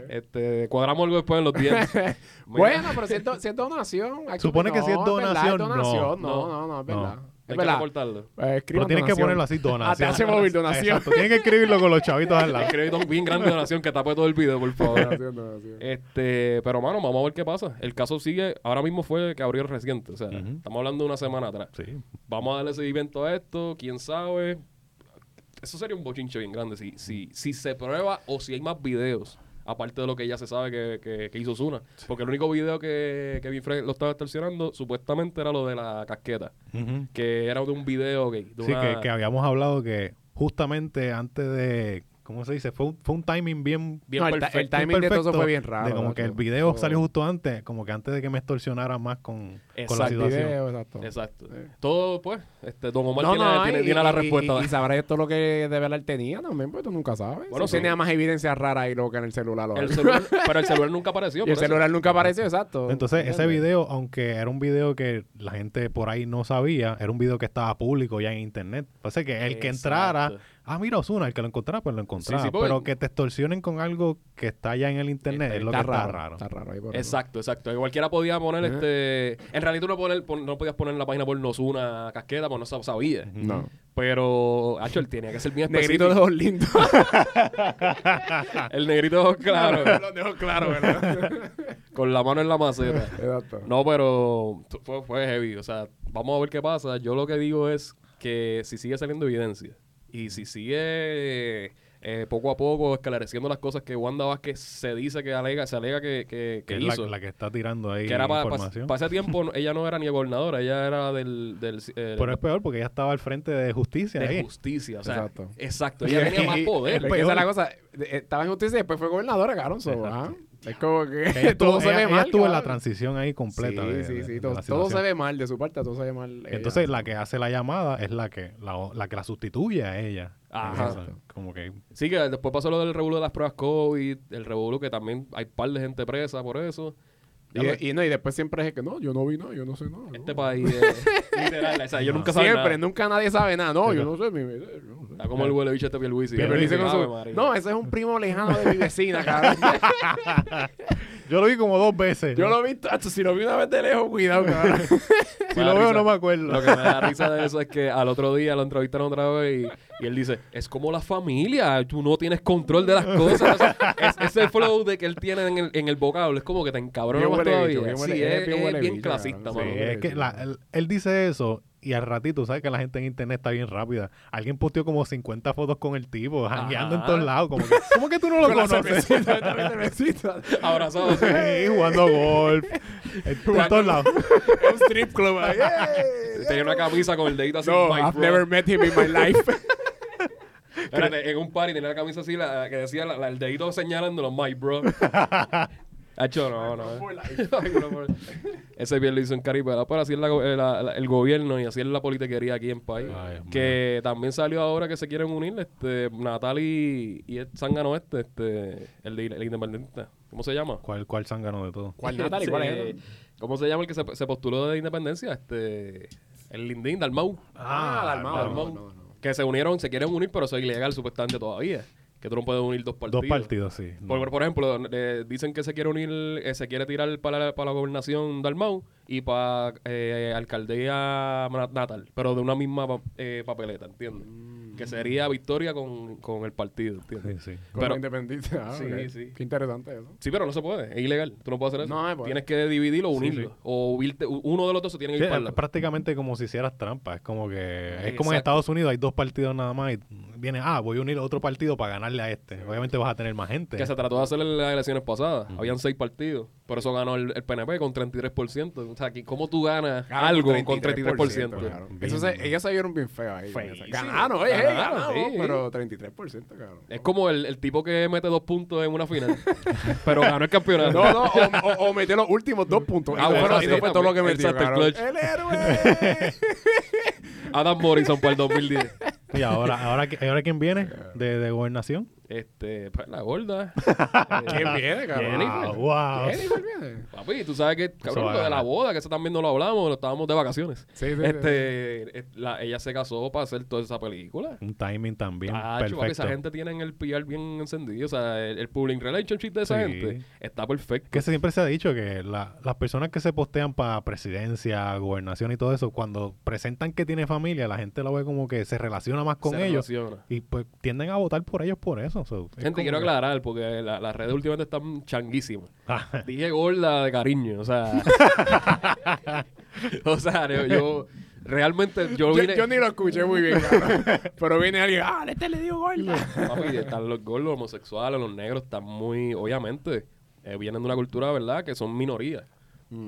S1: Este, cuadramos algo después en los 10.
S3: Bueno, pero si es, do- si es donación. hay
S2: Supone que si es
S3: no, verdad,
S2: donación,
S3: donación.
S1: no.
S3: No, no, no, es
S2: No.
S3: verdad.
S1: hay
S3: Es
S1: que
S3: verdad.
S1: reportarlo.
S3: Eh,
S2: Pero
S3: escriban
S2: tienes que
S3: donación.
S2: ponerlo así, donación.
S3: <laughs> Ah, te hace móvil, donación.
S2: Exacto, tienes que escribirlo con los chavitos al
S3: <laughs>
S2: lado.
S1: Escribí un bien grande donación que tape todo el video, por favor.
S2: <laughs>
S3: Donación, donación.
S1: Este, pero mano, vamos a ver qué pasa. El caso sigue, ahora mismo fue que abrió reciente, o sea, estamos hablando de una semana atrás.
S2: Sí,
S1: Vamos a darle seguimiento a esto, quién sabe. Eso sería un bochinche bien grande si, si, si se prueba o si hay más videos, aparte de lo que ya se sabe que, que- que hizo Zuna. Porque el único video que Kevin Frey lo estaba extorsionando supuestamente era lo de la casqueta,
S2: Ujú.
S1: que era de un video gay. de
S2: sí
S1: una-
S2: que, que habíamos hablado que justamente antes de. ¿Cómo se dice? Fue un, fue un timing bien.
S1: bien
S3: No, el ta-
S1: perfecto.
S3: el timing de todo eso
S2: perfecto
S3: fue bien raro.
S2: De como
S3: ¿verdad?
S2: que el
S3: Yo-
S2: video
S3: yo-
S2: salió justo antes, como que antes de que me extorsionara más con, con la
S1: Exacto,
S2: situación.
S3: video, exacto.
S1: Exacto.
S3: Sí.
S1: Todo, pues, este, Don Omar
S3: No,
S1: tiene,
S3: no,
S1: tiene-
S3: y-
S1: tiene la
S3: y-
S1: respuesta.
S3: Y, y sabrá esto lo que de verdad él tenía también, pues tú nunca sabes.
S1: Bueno,
S3: Bueno,
S1: sí.
S3: tenía más evidencia rara ahí loca en el celular. o
S1: El
S3: algo.
S1: celular, pero el celular nunca apareció.
S3: <laughs> y el
S1: por eso.
S3: celular nunca apareció, exacto.
S2: Entonces, ese
S3: ¿Entiendes?
S2: video, aunque era un video que la gente por ahí no sabía, era un video que estaba público ya en internet. Parece que el que
S1: Exacto.
S2: entrara ah, mira, Osuna, el que lo encontraba, pues lo encontraba.
S1: sí, porque-
S2: pero que te extorsionen con algo que está ya en el internet es lo que está raro.
S3: Está raro ahí por
S1: Exacto, exacto. Y Cualquiera podía poner
S3: Ajá.
S1: este. En realidad tú no, poner, pon- no podías poner en la página por Nosuna casqueta, pues no sab- sabía.
S3: No.
S1: Pero, Hacho, él tenía que
S3: <laughs>
S1: ser bien específico.
S3: Negrito de
S1: <laughs>
S3: ojos lindos.
S1: El negrito de ojos claros,
S3: Los dejo claro, ¿verdad?
S1: <laughs> con la mano en la maceta.
S3: Exacto.
S1: No, pero tu- fue, fue heavy. O sea, vamos a ver qué pasa. Yo lo que digo es que si sigue saliendo evidencia y si sigue eh, poco a poco esclareciendo las cosas que Wanda Vázquez se dice que alega, se alega que, que,
S2: Que
S1: que
S2: es la,
S1: hizo.
S2: la que está tirando ahí
S1: que era para
S2: información.
S1: ese tiempo, no- ella no era ni gobernadora, ella era del, del eh,
S2: pero es peor porque ella estaba al frente de justicia
S1: de
S2: ahí.
S1: justicia. O sea, exacto.
S3: Exacto. Pues
S1: Ella tenía más poder.
S3: Es que esa es la cosa. Eh, Estaba en justicia y después fue gobernadora, cabrón. so, ah, Es como
S2: <laughs>
S3: que
S1: <laughs>
S2: Ella estuvo,
S3: <laughs> todo se
S2: ella-
S3: ve
S2: ella
S3: mal.
S2: estuvo en la
S3: cabrón.
S2: transición ahí completa.
S3: Sí,
S2: de-
S3: sí,
S2: de-
S3: sí.
S2: de
S3: todo,
S2: la
S3: todo se
S2: situación.
S3: ve mal de su parte, todo se ve mal. eh, ella.
S2: Entonces, la que hace la llamada es la que la, la que la sustituye a ella.
S1: Ajá.
S2: Eso, Como que
S1: Sí, que después pasó lo del revuelo de las pruebas COVID, el revuelo que también hay par de gente presa por eso. Ya lo-
S3: Y, y no, y después siempre es que no, yo no vi nada, yo no sé nada.
S1: Este
S3: no".
S1: país es literal. O sea, yo
S2: No.
S1: nunca sabía.
S3: Siempre, nunca nadie sabe nada. No, yo no sé. Mi, yo no sé.
S1: Está como el huele bicho este Pierluisi.
S3: Pierluisi
S1: Ave
S3: con su-
S1: María.
S3: No, ese es un primo lejano de mi vecina, cabrón.
S2: <laughs> Yo lo vi como dos veces.
S3: Yo lo vi, tacho, si lo vi una vez de lejos, cuidado, cabrón.
S2: si
S1: me da
S2: lo veo
S1: risa.
S2: no me acuerdo.
S1: Lo que me da risa de eso es que al otro día lo entrevistaron otra vez y, y él dice, es como la familia, tú no tienes control de las cosas. O sea, es- ese flow de que él tiene en el, en el vocablo es como que te encabrona
S3: Bien
S1: más
S3: huele
S1: todavía.
S3: bicho, bien
S1: sí,
S3: huele-
S1: es,
S3: es bien
S1: es
S3: huele
S1: bien
S3: bicho,
S1: clasista,
S3: cabrón.
S2: Sí,
S1: mano.
S3: Bueno,
S2: es que la- él, él dice eso y al ratito, ¿sabes? Que la gente en internet está bien rápida. Alguien posteó como 50 fotos con el tipo, jangueando en
S1: Ajá.
S2: todos lados. Como que, ¿Cómo que tú no lo
S3: Con la
S2: conoces?
S3: cervecita, con
S2: <laughs>
S3: la cervecita.
S1: Abrazado. sí.
S3: <laughs>
S2: Sí, jugando golf. En en todos lados.
S3: Un strip club <laughs> ahí.
S1: Tenía una camisa con el dedito así.
S3: No,
S1: Mike
S3: I've
S1: Ross.
S3: never met him in my life.
S1: Espérate, en un party tenía la camisa así la, que decía la- la- el dedito señalándolo, my
S3: <laughs>
S1: bro. Hacho, no, no. <laughs> Ay, bro, por- Ese bien lo hizo en Caribe. Pero así es la go- eh, la- la- el gobierno y así es la politiquería aquí en país.
S2: Ay, Dios mío.
S1: que también salió ahora que se quieren unir este, Natal y, y el Zángano este, este, el, de- el independiente. ¿Cómo se llama?
S2: ¿Cuál, cuál zángano de todo?
S1: <laughs>
S3: ¿Cuál Natal y cuál es?
S1: Este, ¿Cómo se llama el que se, se postuló de independencia? Este, el Lindín, Dalmau.
S3: Ah, Dalmau,
S2: no.
S1: Dalmau.
S3: no, no.
S1: Que se unieron, se quieren unir, pero eso es ilegal supuestamente todavía. Que tú no puedes unir dos partidos.
S2: Dos partidos, sí. No.
S1: Por, por ejemplo, eh, dicen que se quiere unir, eh, se quiere tirar para la, para la gobernación Dalmau y para eh, alcaldía na- natal, pero de una misma pa- eh, papeleta, ¿entiendes? Que sería victoria con, con el partido, ¿entiendes?
S2: Mm. Sí, Pues, sí.
S3: Con
S1: Pero-
S3: la independiente. Ah,
S1: Sí,
S3: ok.
S1: sí.
S3: Qué interesante eso.
S1: Sí, pero no se puede, es ilegal, tú no puedes hacer eso.
S3: No, no puede.
S1: Tienes que dividirlo o
S2: Sí,
S1: unirlo,
S2: sí.
S1: o irte- u- uno de los dos se tiene que
S2: Sí,
S1: ir
S2: es
S1: para el lado.
S2: prácticamente como si hicieras trampa. Es como que. Es
S1: Exacto.
S2: como en Estados Unidos, hay dos partidos nada más y viene, ah, voy a unir otro partido para ganarle a este. Obviamente vas a tener más gente.
S3: Este.
S1: Que se trató de hacer en las elecciones pasadas. Habían seis partidos. Por eso ganó el, el PNP con 33%. O sea, aquí, ¿cómo tú ganas
S3: Ah,
S1: algo con 33%?
S3: claro.
S2: Bien,
S3: Eso se,
S2: bien.
S3: ellos se vieron bien feos ahí. con esa.
S1: Feísimo.
S3: Ganaron, oye,
S1: Ganaron,
S3: ganaron,
S1: sí.
S3: pero
S1: <laughs>
S3: 33%, cabrón.
S1: Es como el, el tipo que mete dos puntos en una final, <laughs> pero ganó el campeonato.
S3: No, no, o, o- o metió los últimos dos puntos.
S1: Ah,
S3: Y
S1: bueno,
S3: eso
S1: sí,
S3: fue todo lo que
S1: también.
S3: metió,
S1: Exacto, el
S3: cabrón.
S1: clutch.
S3: ¡El
S1: <laughs>
S3: héroe!
S1: Adam Morrison para el 2010.
S2: Y ahora, ahora, que- ahora quién viene de, de gobernación.
S1: Este, pues la
S3: <laughs>
S1: gorda.
S3: ¿Quién viene, cabrón?
S1: Jennifer.
S2: Ah, Wow.
S3: Jennifer viene.
S1: Papi, tú sabes que,
S2: va
S1: cabrón,
S2: a
S1: lo de la
S2: ganar.
S1: boda, que eso también no lo hablamos, lo estábamos de vacaciones.
S3: Sí, sí, sí,
S1: Este, eh, la- ella se casó para hacer toda esa película.
S2: Un timing también
S1: Tacho, papi,
S2: perfecto.
S1: esa gente tiene el PR bien encendido. O sea, el, el public relationship de esa
S2: Sí.
S1: gente está perfecto.
S2: Que siempre se ha dicho que la- las personas que se postean para presidencia, gobernación y todo eso, cuando presentan que tiene familia, la gente lo ve como que se relaciona más con
S1: Se
S2: ellos
S1: relaciona.
S2: y pues tienden a votar por ellos por eso. So, es
S1: Gente,
S2: como
S1: quiero
S2: que-
S1: aclarar, porque la- las redes últimamente están
S2: <laughs>
S1: changuísimas.
S2: Ah,
S1: Dije gorda de cariño, o
S2: <laughs>
S1: sea. <laughs> o sea, yo, yo realmente yo
S3: Yo,
S1: vine.
S3: yo ni lo escuché muy bien, cabrón.
S1: <laughs>
S3: Pero viene alguien, ah, este le digo gorda.
S1: Papi, están los gordos, los homosexuales, los negros, están muy. Obviamente, eh, vienen de una cultura, ¿verdad?, que son minorías.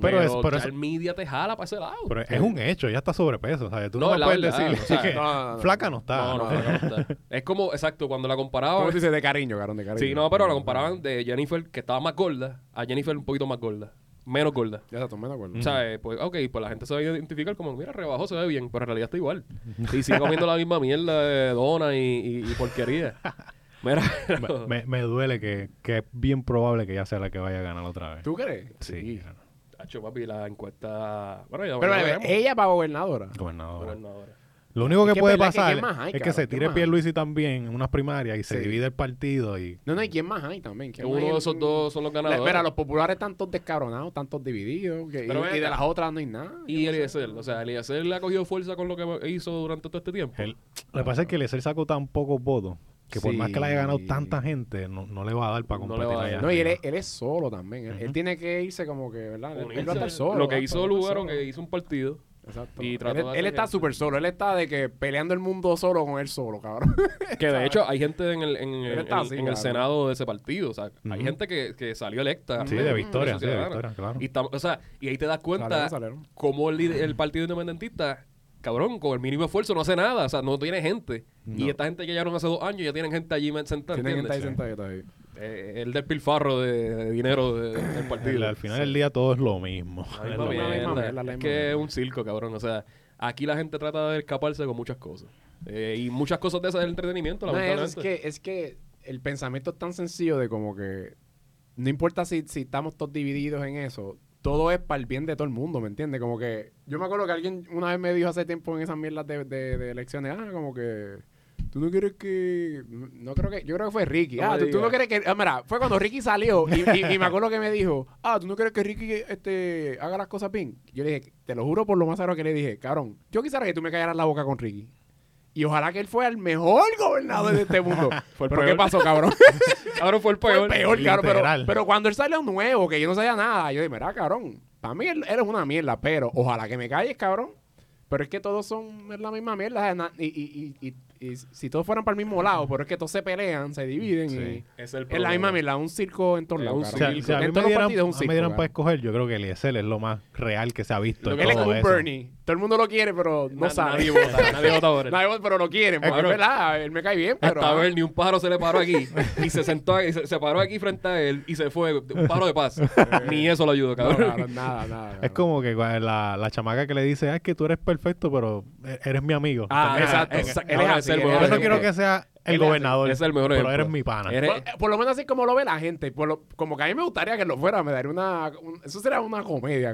S1: Pero,
S2: es- pero
S1: ya
S2: es-
S1: el media te jala para ese lado.
S2: pero es un hecho, ya está sobrepeso. O sea, tú
S1: No,
S2: no, me
S1: la
S2: puedes
S1: verdad,
S2: decir
S1: o
S2: <laughs>
S1: sea,
S2: que
S3: no, no, no.
S2: flaca no está.
S1: No, no,
S2: ¿no?
S1: no, no,
S2: <laughs>
S1: está. Es como, exacto, cuando la comparaba.
S3: ¿Cómo se dice? De cariño, cabrón, de cariño.
S1: Sí, no, pero la comparaban de Jennifer, que estaba más gorda, a Jennifer un poquito más gorda. Menos gorda.
S3: Ya está, me acuerdo.
S1: O sea, eh, pues, ok, pues la gente se va a identificar como, mira, rebajó, se ve bien, pero en realidad está igual. Y sigue comiendo
S2: <laughs>
S1: la misma mierda de dona y, y- y porquería. Mira,
S2: Me- Me, me duele que, que es bien probable que ella sea la que vaya a ganar otra vez.
S3: ¿Tú crees?
S2: Sí,
S1: Hacho, papi, la encuesta... Bueno, ya
S3: Pero
S1: ya
S3: eh,
S1: veremos.
S3: ella va gobernadora.
S2: gobernadora.
S1: Gobernadora.
S2: Lo único
S3: Es
S2: que,
S3: que
S2: puede
S3: es verdad que
S2: pasar
S3: ¿quién más hay,
S2: es que
S3: cabrón?
S2: se
S3: ¿Quién
S2: tire
S3: más hay?
S2: Pierluisi también en unas primarias y se
S3: Sí.
S2: divide el partido y...
S3: No, no, y quién más hay también. ¿Quién más
S1: Uno
S3: hay
S1: de
S3: en-
S1: esos dos son los
S3: La-
S1: ganadores.
S3: Mira, los populares están todos descabronados, están todos divididos. que- y-
S1: Pero ven
S3: y, de
S1: acá.
S3: las otras no hay nada.
S1: Y Eliezer, o sea, Eliezer le ha cogido fuerza con lo que hizo durante todo este tiempo.
S2: Él- lo que pasa es que Eliezer sacó tan pocos votos que por más que le haya ganado
S3: Sí.
S2: tanta gente, no, no le va a dar para
S1: No le
S2: competir
S1: va a dar.
S2: allá
S3: No, y él,
S2: arriba.
S3: es- él es solo también. Él, él
S2: Ujú.
S3: tiene que irse como que, ¿verdad? Él, él va a estar
S1: Unirse.
S3: solo.
S1: lo que
S3: va a
S1: hizo
S3: estar
S1: Lugaro,
S3: solo.
S1: que hizo un partido.
S3: Exacto.
S1: y
S3: Él-
S1: trató de
S3: él,
S1: hacer
S3: está
S1: que-
S3: súper solo. Él está de que peleando el mundo solo con él solo, cabrón.
S1: Que de hecho hay gente en el, en, el-
S3: Él está
S1: en-
S3: así,
S1: en el
S3: cabrón.
S1: Senado de ese partido. O sea, hay
S2: Ujú.
S1: gente que, que salió electa.
S2: Sí, de
S1: Acción
S2: victoria, sí, de
S1: Ciudadana.
S2: victoria, claro.
S1: Y, estamos- o sea, y ahí te das cuenta
S3: Salieron, salieron.
S1: cómo el, lider- el partido independentista, cabrón, con el mínimo esfuerzo no hace nada. O sea, no tiene gente. Y esta gente que llegaron hace dos años ya tienen gente allí men- sentada.
S3: Tienen que estar ahí
S1: ¿entiendes?
S3: sentadito ahí.
S1: Eh, el despilfarro de, de dinero de- del
S2: <coughs> El-
S1: partido.
S2: al final del día todo es lo mismo.
S1: La
S2: <laughs> Es
S1: misma
S2: lo
S3: la
S1: mierda.
S2: mismo.
S3: misma mierda, la
S1: Es
S3: misma
S1: que es
S3: mierda.
S1: un circo, cabrón. O sea, aquí la gente trata de escaparse con muchas cosas. Eh, y muchas cosas de esas del entretenimiento,
S3: No,
S1: lamentablemente.
S3: eso es que, es que el pensamiento es tan sencillo de como que no importa si, si estamos todos divididos en eso, todo es para el bien de todo el mundo, ¿me entiendes? Como que yo me acuerdo que alguien una vez me dijo hace tiempo en esas mierdas de, de- de elecciones, ah, como que tú no quieres que... No creo que... Yo creo que fue Ricky.
S1: No
S3: ah,
S1: me
S3: tú, tú
S1: digas.
S3: no quieres que... ah, mira, fue cuando Ricky salió y, y- y me acuerdo que me dijo, ah, tú no quieres que Ricky este, haga las cosas bien. Yo le dije, te lo juro por lo más raro que le dije, cabrón, yo quisiera que tú me callaras la boca con Ricky. Y ojalá que él fuera el mejor gobernador de
S2: <laughs>
S3: este mundo.
S1: Fue el
S3: pero
S1: peor.
S3: ¿qué pasó, cabrón?
S1: Ahora fue el
S3: Fue
S1: peor.
S3: el peor, cabrón.
S2: Literal.
S3: Pero, pero cuando él salió nuevo, que yo no sabía nada, yo dije, mira, cabrón, para mí él, él es una mierda, pero ojalá que me calles, cabrón. Pero es que todos son la misma mierda. o sea, na- Y, y- y- y- y si todos fueran para el mismo lado, pero es que todos se pelean, se dividen.
S2: Sí.
S1: Ese Es el
S3: Y es la
S1: problema.
S3: misma mierda, un circo en todos
S1: Es
S3: lados.
S1: un
S2: O
S3: cabrón.
S2: sea,
S1: circo.
S2: si a mí
S3: En
S2: me
S3: todos los
S2: dieran,
S3: partidos es
S2: a
S3: un
S2: mí
S3: circo.
S2: me dieran para
S3: cabrón.
S2: escoger, yo creo que Eliezer es lo más real que se ha visto.
S1: Lo
S2: en
S1: que
S3: Él es
S2: todo
S3: como un
S2: eso.
S3: Bernie. Todo el mundo lo quiere, pero no
S1: Na-
S3: sabe.
S1: Nadie vota, nadie vota por él.
S3: <laughs> Nadie vota, pero lo quieren. Porque es
S1: Cabrón.
S3: verdad, él me cae bien, pero...
S1: Hasta
S3: ah.
S1: ver, ni un pájaro se le paró aquí. Y se sentó, aquí- se, se paró aquí frente a él y se fue. Un pájaro de
S3: <laughs>
S1: paz. ni eso lo ayudó,
S3: No,
S1: cabrón.
S3: cabrón, nada, nada.
S2: Es
S3: cabrón.
S2: como que cua- la, la chamaca que le dice, ah, es que tú eres perfecto, pero e- eres mi amigo.
S3: Ah,
S2: También,
S3: exacto.
S2: ah,
S1: exacto.
S2: eh,
S1: Él es
S2: ah,
S1: así, él es
S2: Yo
S1: así.
S2: no quiero que sea el
S3: Él es así.
S2: gobernador,
S1: Ese es el mejor
S2: pero
S1: ejemplo.
S2: eres mi pana.
S1: Eres-
S3: Por, por lo menos así como lo ve la gente. Por lo- como que a mí me gustaría que lo fuera. Me daría una... un- eso sería una comedia,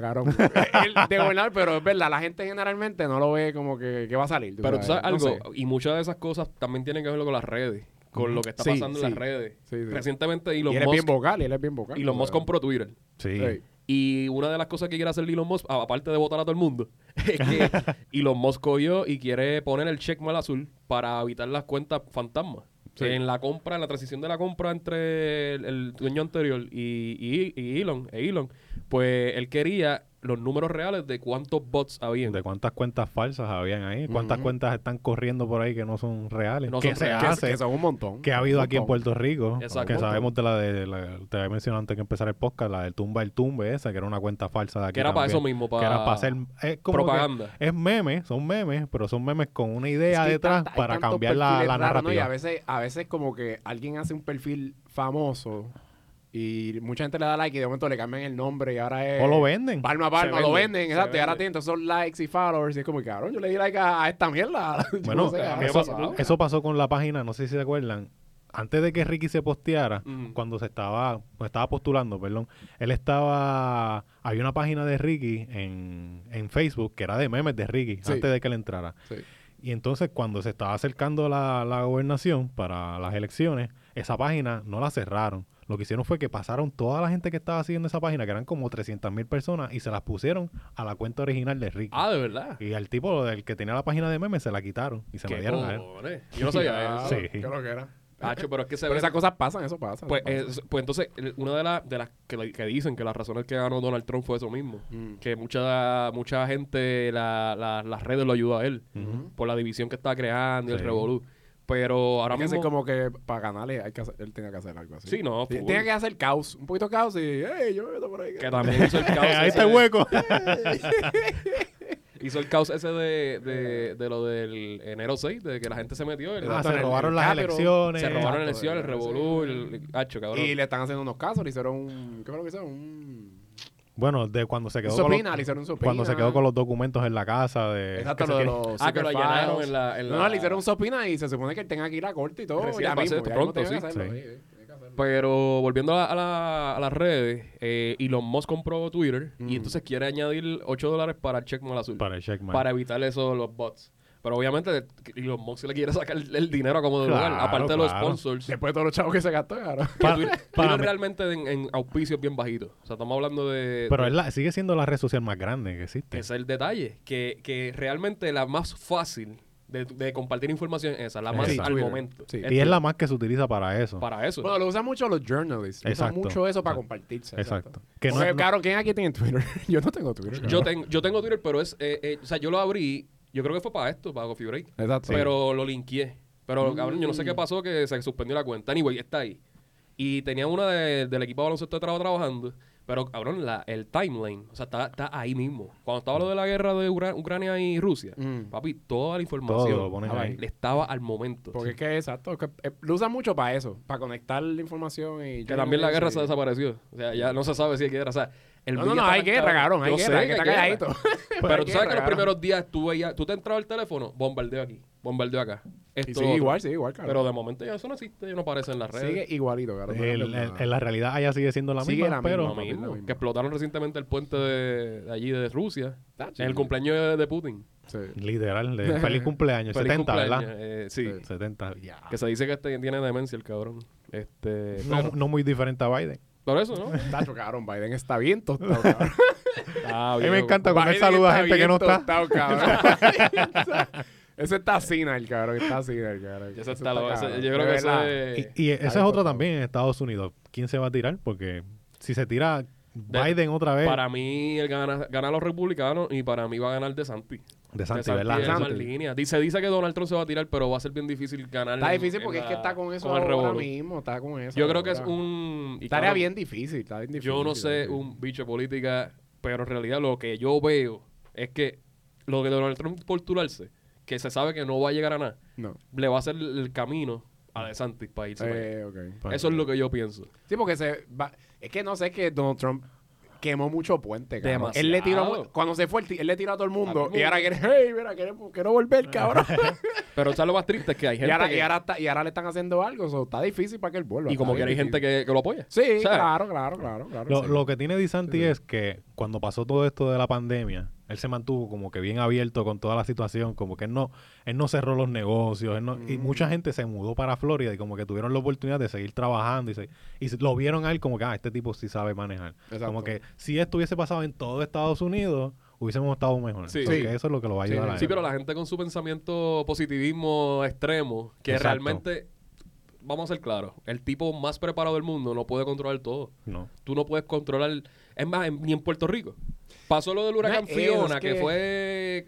S1: <laughs>
S3: cabrón. Eh, El de gobernador, pero es verdad. La gente generalmente no lo ve como que, que va a salir.
S1: Pero tú sabes
S3: No
S1: algo,
S3: sé.
S1: y muchas de esas cosas también tienen que ver con las redes, con lo que está
S3: Sí,
S1: pasando en
S3: sí.
S1: las redes.
S3: Sí, sí.
S1: Recientemente
S3: Y
S1: Elon
S3: él es bien
S1: Musk,
S3: vocal, y él es bien vocal.
S1: Elon Musk compró Twitter.
S2: Sí.
S3: Sí.
S1: Y una de las cosas que quiere hacer Elon Musk, a- aparte de votar a todo el mundo, <laughs> es
S2: <laughs>
S1: que Elon Musk cogió y quiere poner el check mal azul para evitar las cuentas fantasmas.
S3: Sí.
S1: En la compra, en la transición de la compra entre el, el dueño anterior y, y- y Elon, e Elon, pues él quería los números reales de cuántos bots habían.
S2: De cuántas cuentas falsas habían ahí, cuántas
S3: Ujú.
S2: cuentas están corriendo por ahí que no son reales,
S1: No
S2: que
S1: son
S2: se
S1: reales.
S3: Que-
S2: hace,
S3: que son un montón.
S2: que ha habido
S3: Un
S2: aquí en
S3: montón.
S2: Puerto Rico,
S1: Exacto.
S2: que sabemos de la de, la- te había mencionado antes que empezar el podcast, la del tumba el tumbe esa, que era una cuenta falsa de aquí
S1: Que era para
S2: también,
S1: eso mismo, para
S2: que era para hacer es como que
S1: propaganda.
S2: es memes, son memes, pero son memes con una idea
S3: Es que hay
S2: detrás
S3: tanta- hay
S2: para
S3: tantos
S2: cambiar la,
S3: perfiles
S2: la
S3: raros, ¿no? Y a
S2: narrativa.
S3: veces, a veces como que alguien hace un perfil famoso y mucha gente le da like y de momento le cambian el nombre y ahora es...
S2: o lo
S1: <laughs>
S2: venden.
S3: Palma a palma,
S1: Se
S3: lo
S1: venden,
S3: venden,
S1: se
S3: exacto. Y ahora
S1: venden.
S3: tienen todos esos likes y followers. Y es como, cabrón, yo le di like a, a esta mierda. <laughs> Yo
S2: Bueno,
S3: no sé, cabrón,
S2: eso,
S3: ¿qué pasó?
S2: eso pasó con la página, no sé si se acuerdan. Antes de que Ricky se posteara,
S1: Ujú.
S2: cuando se estaba, cuando estaba postulando, perdón, él estaba, había una página de Ricky en, en Facebook que era de memes de Ricky,
S3: Sí.
S2: antes de que él entrara.
S3: Sí.
S2: Y entonces cuando se estaba acercando la, la gobernación para las elecciones, esa página no la cerraron. Lo que hicieron fue que pasaron toda la gente que estaba siguiendo esa página, que eran como 300 mil personas, y se las pusieron a la cuenta original de Ricky.
S1: Ah, de verdad.
S2: Y al tipo del que tenía la página de memes se la quitaron y se la
S1: Qué
S2: dieron a él.
S1: cojones. Yo no sabía eso.
S2: <laughs> Sí.
S3: ¿Qué lo que era?
S1: Hacho, pero es que se
S3: Pero
S1: ve
S3: esas cosas pasan, eso pasa. eso
S1: Pues,
S3: pasa.
S1: es- pues entonces, el- una de, las de las que, que dicen que las razones que ganó Donald Trump fue eso mismo.
S3: Mm.
S1: Que mucha mucha gente, la- la- las redes lo ayudó a él.
S3: Ujú.
S1: Por la división que estaba creando y el
S2: Sí.
S1: revolú. Pero ahora
S3: Hay que hacer
S1: mismo...
S3: como que para ganarle, hay que hacer- él tenía que hacer algo así.
S1: Sí, no,
S3: T-
S1: full.
S3: Tiene que hacer caos, un poquito de caos y, hey, yo me meto por ahí.
S1: Que también hizo el caos
S2: Eh,
S1: ese
S2: Ahí está el
S1: de-
S2: hueco.
S1: Hizo el caos ese de, de, de lo del enero 6, de que la gente se metió. el-
S2: <laughs> Ah,
S3: en
S2: se
S3: el
S2: robaron las
S3: Capitol,
S2: elecciones.
S1: se robaron el elección,
S3: exacto,
S1: el
S3: el enero
S1: revolú, el... el- Hacho, cabrón.
S3: Y le están haciendo unos casos, le hicieron un... ¿Qué fue lo que hicieron? Un...
S2: Bueno, de cuando se quedó
S3: Un
S2: con
S3: sopina, le hicieron un sopina.
S2: cuando se quedó con los documentos en la casa de
S3: Exacto,
S2: que se
S3: lo de
S2: quiere-
S3: los
S1: Ah, que lo
S3: secret
S1: allanaron
S3: files.
S1: en la- en
S3: No,
S1: la-
S3: no, le hicieron un sopina y se supone que él tenga aquí la corte y todo.
S1: Recién,
S3: ya
S1: va a
S3: mismo,
S1: ser esto
S3: ya mismo
S1: pronto,
S3: tiene que
S1: sí.
S3: hacerlo,
S2: Sí.
S3: sí, tiene que hacerlo.
S1: Pero volviendo a, a la- a las redes, eh, Elon Musk compró Twitter y
S3: Mm.
S1: entonces quiere añadir 8 dólares para el check mal azul.
S2: para el checkmate.
S1: para evitar eso de los bots. Pero obviamente los Moxley le quiere sacar el, el dinero a como de
S2: Claro,
S1: lugar, aparte de los
S2: claro. Eh,
S1: sponsors.
S3: Después de todos los chavos que se gastaron.
S1: Que <laughs>
S2: Pa-
S1: Twitter,
S2: para
S1: Twitter
S2: mí-
S1: realmente en, en auspicios bien bajitos. O sea, estamos hablando de...
S2: Pero
S1: de-
S2: es la- sigue siendo la red social más grande que existe.
S1: Ese es el detalle, que, que realmente la más fácil de, de compartir información es esa, la más
S2: Sí.
S1: al
S3: Twitter.
S1: momento.
S3: Sí.
S2: y es la más que se utiliza para eso.
S1: Para eso.
S3: Bueno, lo usan mucho los journalists. Usan
S2: Exacto.
S3: mucho eso para
S2: Exacto.
S3: compartirse.
S2: Exacto. Que no
S3: Porque,
S2: es- no-
S3: claro, ¿quién aquí tiene Twitter? <laughs> yo no tengo
S1: yo,
S3: Twitter. cabrón.
S1: tengo yo tengo Twitter, pero es... eh, eh, o sea, yo lo abrí, yo creo que fue para esto, para Coffee Break,
S3: Exacto.
S1: pero lo linkeé. Pero, cabrón, yo no sé qué
S3: Mm.
S1: pasó que se suspendió la cuenta. Anyway, está ahí. Y tenía una de- del equipo de baloncesto de trabajo trabajando, pero, cabrón, la, el timeline, o sea, está, está ahí mismo. Cuando estaba lo de la guerra de Ura- Ucrania y Rusia,
S3: Mm.
S1: papi, toda la información
S2: todo lo pones
S3: Ah,
S2: ahí.
S1: le estaba al momento.
S3: Porque es que, exacto, es que, eh, lo usan mucho para eso, para conectar la información y...
S1: Que también la guerra se
S3: desapareció.
S1: desapareció. O sea, ya no se sabe si hay guerra. O sea, el
S3: No,
S1: día
S3: no, no,
S1: está
S3: hay
S1: tan
S3: guerra, cabrón, hay
S1: Yo sé
S3: guerra, hay que estar
S1: guerra.
S3: calladito.
S1: Pero tú
S3: <laughs> hay
S1: sabes
S3: guerra,
S1: que los
S3: cabrón.
S1: primeros días tú veías, tú te entrabas al teléfono, bombardeo aquí, bombardeo acá.
S3: Y
S1: Esto,
S3: sigue
S1: otro.
S3: igual, sigue igual, cabrón.
S1: Pero de momento ya eso no existe, ya no aparece en las redes.
S3: sigue igualito, cabrón.
S2: El- el-
S3: No, no, no.
S2: en la realidad allá sigue siendo la
S3: Sigue
S2: misma,
S3: la misma,
S1: Lo
S2: pero
S3: papi,
S1: mismo,
S3: lo mismo.
S1: Que explotaron recientemente el puente de, de allí de Rusia.
S3: Ah, sí.
S1: En el cumpleaños de, de Putin.
S3: Sí.
S2: literal, de- feliz cumpleaños,
S1: Feliz
S2: 70,
S1: cumpleaños,
S2: ¿verdad?
S1: eh, sí.
S3: Sí.
S2: 70, ya.
S1: Que se dice que este tiene demencia el cabrón.
S2: <laughs>
S1: Este,
S2: No, no muy diferente a Biden.
S1: Por eso, ¿no?
S3: Tacho, cabrón, Biden está bien tostado, cabrón.
S1: Ah,
S2: A mí me
S1: viejo.
S2: encanta cuando él
S3: Biden
S2: saluda a
S3: está
S2: gente que
S3: bien
S2: no está. <laughs>
S3: tostado, cabrón. Ese está Sina, el cabrón, está Sina, el cabrón.
S1: Ese
S3: Ese
S1: está lo- ese-
S3: cabrón,
S1: yo creo
S3: de
S1: que ese-
S3: verdad.
S1: Eh,
S2: Y, y ese es otro
S3: Ay, por favor.
S2: también en Estados Unidos. ¿Quién se va a tirar? Porque si se tira Biden otra vez,
S1: Para mí, él gana, gana a los republicanos y para mí va a ganar DeSantis.
S2: de Santi,
S1: DeSantis
S2: ¿verdad?
S1: es más
S3: Santi.
S1: línea. Dice, dice que Donald Trump se va a tirar, pero va a ser bien difícil ganar.
S3: Está
S1: en-
S3: difícil
S1: en
S3: porque es
S1: la-
S3: que está con eso
S1: el
S3: ahora
S1: revolú.
S3: mismo, está con eso.
S1: Yo creo que es
S3: ahora.
S1: un... y
S3: Tarea
S1: claro,
S3: bien difícil, está bien difícil.
S1: Yo no sé un bicho de política, pero en realidad lo que yo veo es que lo que Donald Trump postularse, que se sabe que no va a llegar a nada,
S3: No.
S1: le va a hacer el camino a DeSantis para irse. para allá.
S3: Eh, ok.
S2: Para-
S1: Eso es lo que yo pienso.
S3: Sí, porque se va- Es que no sé, es que Donald Trump quemó mucho puente, cabrón.
S1: Demasiado.
S3: Él le tiró... mu- Cuando se fue, él ti- él le tiró a todo el
S1: A
S3: mundo.
S1: todo el
S3: Y ahora quiere... Hey, mira, queremos- quiero volver,
S1: <laughs>
S3: cabrón.
S1: Pero está lo más triste es que hay gente
S3: y, ahora,
S1: que...
S3: y, ahora está- y ahora le están haciendo algo. so, está difícil para que él vuelva.
S1: y como que
S3: está
S1: hay
S3: bien
S1: gente
S3: difícil.
S1: que, que lo apoya.
S3: Sí,
S1: ¿sabes?
S3: claro, claro, claro, claro.
S2: Lo,
S3: sí.
S2: lo que tiene DeSanti
S3: Sí, sí.
S2: es que cuando pasó todo esto de la pandemia, él se mantuvo como que bien abierto con toda la situación, como que él no, él no cerró los negocios, él no- y
S3: Mm.
S2: mucha gente se mudó para Florida y como que tuvieron la oportunidad de seguir trabajando y, se- y se- lo vieron a él como que, ah, este tipo sí sabe manejar.
S3: Exacto.
S2: Como que si esto hubiese pasado en todo Estados Unidos, hubiésemos estado mejor.
S1: Sí.
S2: Porque
S3: Sí.
S2: eso es lo que lo va a
S3: Sí,
S2: ayudar a
S1: Sí,
S2: él.
S1: pero la gente con su pensamiento positivismo extremo, que
S2: Exacto.
S1: realmente, vamos a ser claros, el tipo más preparado del mundo no puede controlar todo.
S2: No.
S1: Tú no puedes controlar, es más, en- ni en Puerto Rico. Pasó lo del huracán
S3: No es eso,
S1: Fiona,
S3: es
S1: que...
S3: que-
S1: fue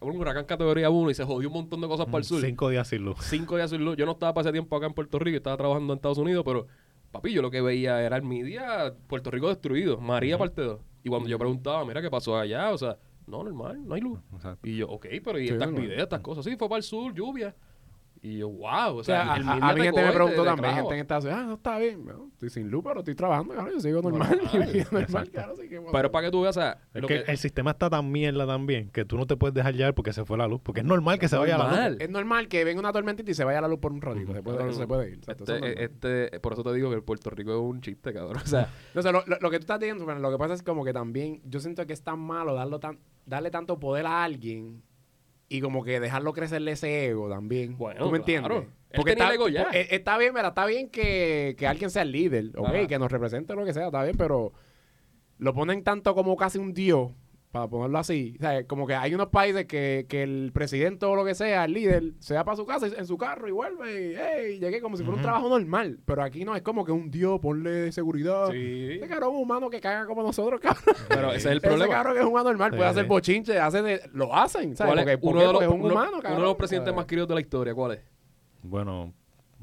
S1: un huracán categoría 1 y se jodió un montón de cosas para el sur.
S2: Mm, Cinco días sin luz.
S1: Cinco días sin luz. Yo no estaba para ese tiempo acá en Puerto Rico, estaba trabajando en Estados Unidos, pero papi, yo lo que veía era el media Puerto Rico destruido, María parte 2. Y cuando yo preguntaba, mira qué pasó allá, o sea, no, normal, no hay luz.
S2: Exacto.
S1: Y yo, ok, pero y
S3: Sí,
S1: estas
S3: normal.
S1: videos, estas cosas, sí, fue para el sur, lluvia. Y yo, wow, o
S3: O sea,
S1: sea,
S3: a,
S1: el
S3: a-
S1: media
S3: a mí
S1: te
S3: gente me
S1: coge,
S3: preguntó
S1: te
S3: también,
S1: clava.
S3: gente en Estados Unidos, ah, no está bien, no, estoy sin luz, pero estoy trabajando, cabrón, yo sigo normal, <laughs> mi vida normal,
S2: Exacto.
S3: cabrón, así que, bueno.
S1: Pero es para que tú veas, o sea,
S2: Es
S1: lo
S2: que
S1: que-
S2: el sistema está tan mierda también que tú no te puedes dejar llevar porque se fue la luz. Porque es normal que se vaya la luz.
S1: normal.
S3: Es normal que venga una tormentita y se vaya la luz por un ratito, se puede,
S1: Cabrón,
S3: eso se puede ir. exacto, eso es
S1: Este,
S3: normal.
S1: este- por eso te digo que el Puerto Rico es un chiste, cabrón. O sea,
S3: <laughs> No, o sea, lo, lo- lo que tú estás diciendo, bueno, lo que pasa es como que también yo siento que es tan malo darlo tan, darle tanto poder a alguien y como que dejarlo crecerle ese ego también.
S1: Bueno,
S3: ¿Tú me entiendes?
S1: claro. Él tenía
S3: está,
S1: el ego ya.
S3: eh, está bien, mira, está bien que, que alguien sea el líder, ok,
S1: Ajá.
S3: que nos represente lo que sea, está bien, pero lo ponen tanto como casi un dios, para ponerlo así. O sea, como que hay unos países que, que el presidente o lo que sea, el líder, se va para su casa, en su carro y vuelve y hey, llegué como si fuera un
S2: Ujú.
S3: trabajo normal. Pero aquí no, es como que un dios, ponle seguridad.
S1: sí.
S3: Ese cabrón es un humano que caga como nosotros, cabrón.
S1: Pero ese es el
S3: Ese
S1: problema.
S3: cabrón que es un anormal,
S2: Sí,
S3: puede hacer
S2: sí.
S3: bochinche, hace de- lo hacen, ¿sabes?
S1: ¿Cuál es?
S3: Porque, ¿por
S1: uno, de
S3: qué?
S1: los,
S3: Porque es un
S1: uno-
S3: humano, cabrón.
S1: uno de los presidentes
S3: ¿sabes?
S1: más queridos de la historia, ¿cuál es?
S2: Bueno,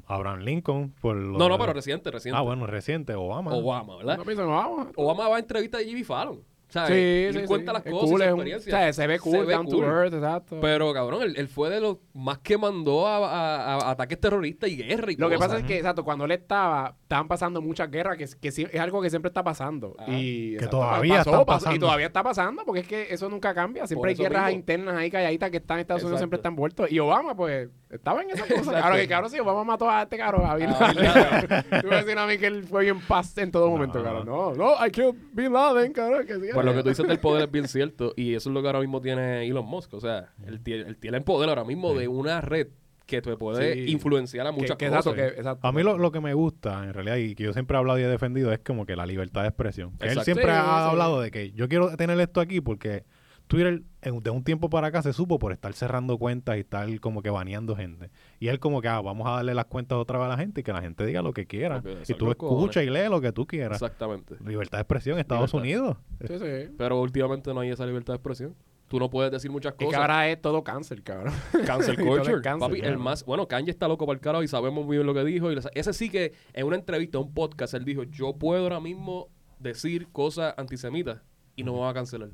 S2: Abraham Lincoln por lo
S1: No,
S2: de-
S1: no, pero reciente, reciente.
S2: Ah, bueno, reciente, Obama.
S1: Obama, ¿verdad?
S3: No piensan, vamos.
S1: Obama va a entrevistas de Jimmy Fallon. ¿sabes?
S3: Sí,
S1: y
S3: sí,
S1: él
S3: sí.
S1: cuenta las
S3: Es
S1: cosas,
S3: cool,
S1: su
S3: es un-
S1: experiencia.
S3: o sea, se ve cool, down
S1: cool.
S3: to earth, exacto.
S1: Pero, cabrón, él, él fue de los más que mandó a, a- a ataques terroristas y guerra y
S3: Lo que
S1: cosas.
S3: pasa es que, exacto, cuando él estaba, estaban pasando muchas guerras, que, que sí- es algo que siempre está pasando.
S1: Ajá.
S3: Y,
S2: Que
S3: exacto,
S2: todavía están
S3: Y
S2: pasando.
S3: todavía está pasando, porque es que eso nunca cambia. Siempre hay
S1: eso
S3: guerras
S1: mismo.
S3: internas ahí calladitas que están en Estados Unidos,
S1: Exacto.
S3: siempre están vueltos. Y Obama, pues, estaba en esa cosa.
S1: Exacto. Ah,
S3: claro que, claro, sí, Obama mató a este caro, a Bin
S1: A Bin
S3: <laughs> Laden. Tú me decías a mí que él fue bien paz en todo momento, caro. No, no, I killed Bin Laden, caro, que sí,
S1: Pues lo que tú dices del poder es bien cierto. Y eso es lo que ahora mismo tiene Elon Musk. O sea, él, tie- él tiene el poder ahora mismo de una red que te puede
S3: Sí.
S1: influenciar a muchas
S3: Que- que
S1: cosas.
S3: exacto, que- exacto.
S2: A mí lo, lo que me gusta, en realidad, y que yo siempre he hablado y he defendido, es como que la libertad de expresión. Que Él
S1: Exacto.
S2: siempre
S3: Sí,
S2: ha
S3: sí.
S2: hablado de que yo quiero tener esto aquí porque Twitter en- de un tiempo para acá se supo por estar cerrando cuentas y estar como que baneando gente. Y él como que, ah, vamos a darle las cuentas otra vez a la gente y que la gente diga lo que quiera.
S1: Lo que le
S2: y
S1: salga
S2: tú
S1: los cojones.
S2: escuchas y lees lo que tú quieras.
S1: Exactamente.
S2: Libertad de expresión, Estados
S1: Libertad.
S2: Unidos.
S3: Sí, sí.
S1: Pero últimamente no hay esa libertad de expresión. Tú no puedes decir muchas
S3: Y que
S1: cosas.
S3: ahora es todo cáncer, cabrón.
S1: Cancel
S3: Y todo es
S1: culture.
S3: cancel,
S1: Papi, el
S3: claro.
S1: más... Bueno, Kanye está loco para el carajo y sabemos muy bien lo que dijo. Y les- ese sí que en una entrevista, un podcast, él dijo, yo puedo ahora mismo decir cosas antisemitas y no me van a cancelar.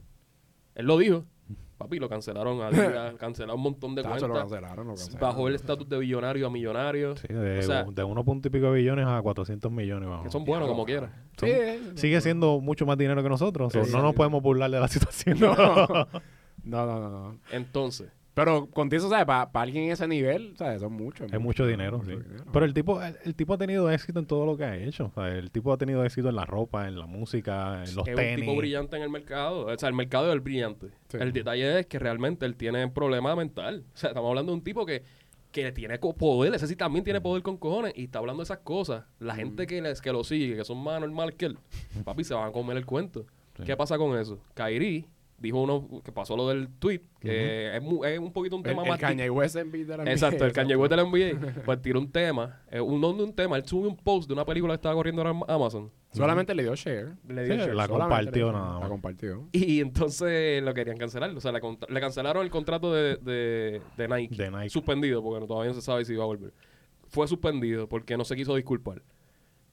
S1: Él lo dijo. Papi, lo cancelaron a
S3: <laughs>
S1: Adidas, cancelaron un montón de
S3: <laughs> Tacho, lo
S1: cuentas.
S3: cancelaron, lo cancelaron.
S1: Bajó el estatus de billonario a millonario.
S2: Sí, de,
S1: O sea,
S2: de uno punto y pico de billones a 400 millones. vamos.
S1: que son buenos como
S3: Diablo.
S1: quiera.
S3: Sí, sí, sí.
S2: Sigue siendo mucho más dinero que nosotros. so, no nos
S3: Exacto.
S2: podemos burlar de la <laughs> situación. <laughs>
S3: No, no, no, no.
S1: Entonces,
S3: Pero contigo, ¿sabes? Para alguien en ese nivel, ¿sabes? Son muchos.
S2: Es mucho dinero, sí. Pero el tipo, el, el tipo ha tenido éxito en todo lo que ha hecho. O sea, el tipo ha tenido éxito en la ropa, en la música, en los
S1: es
S2: tenis.
S1: un tipo brillante en el mercado. O sea, el mercado es el brillante.
S3: Sí.
S1: El detalle es que realmente él tiene un problema mental. O sea, estamos hablando de un tipo que, que tiene co- poder. Ese sí también tiene poder con cojones y está hablando de esas cosas. La gente que, les, que lo sigue, que son más normales
S3: <laughs>
S1: que él, papi, se van a comer el cuento.
S2: Sí.
S1: ¿Qué pasa con eso? Kairi dijo uno que pasó lo del tweet, que es mu- es, un poquito un
S3: El,
S1: tema
S3: el
S1: más... di-
S3: Kanye West en vida de la
S1: Exacto, el
S3: NBA,
S1: Kanye West de la
S3: <laughs>
S1: NBA, pues tiró un tema, eh, un, no un tema, él subió un post de una película que estaba corriendo ahora en Amazon.
S3: Solamente le dio share.
S1: Le
S2: Sí,
S1: dio share.
S2: la
S3: Solamente
S2: compartió
S3: le dio-
S2: nada
S3: La
S2: más.
S3: compartió.
S1: <laughs> Y entonces lo querían cancelar. O sea, le, contra- le cancelaron el contrato de, de- de Nike.
S2: De Nike.
S1: Suspendido, porque no- todavía no se sabe si iba a volver. Fue suspendido porque no se quiso disculpar.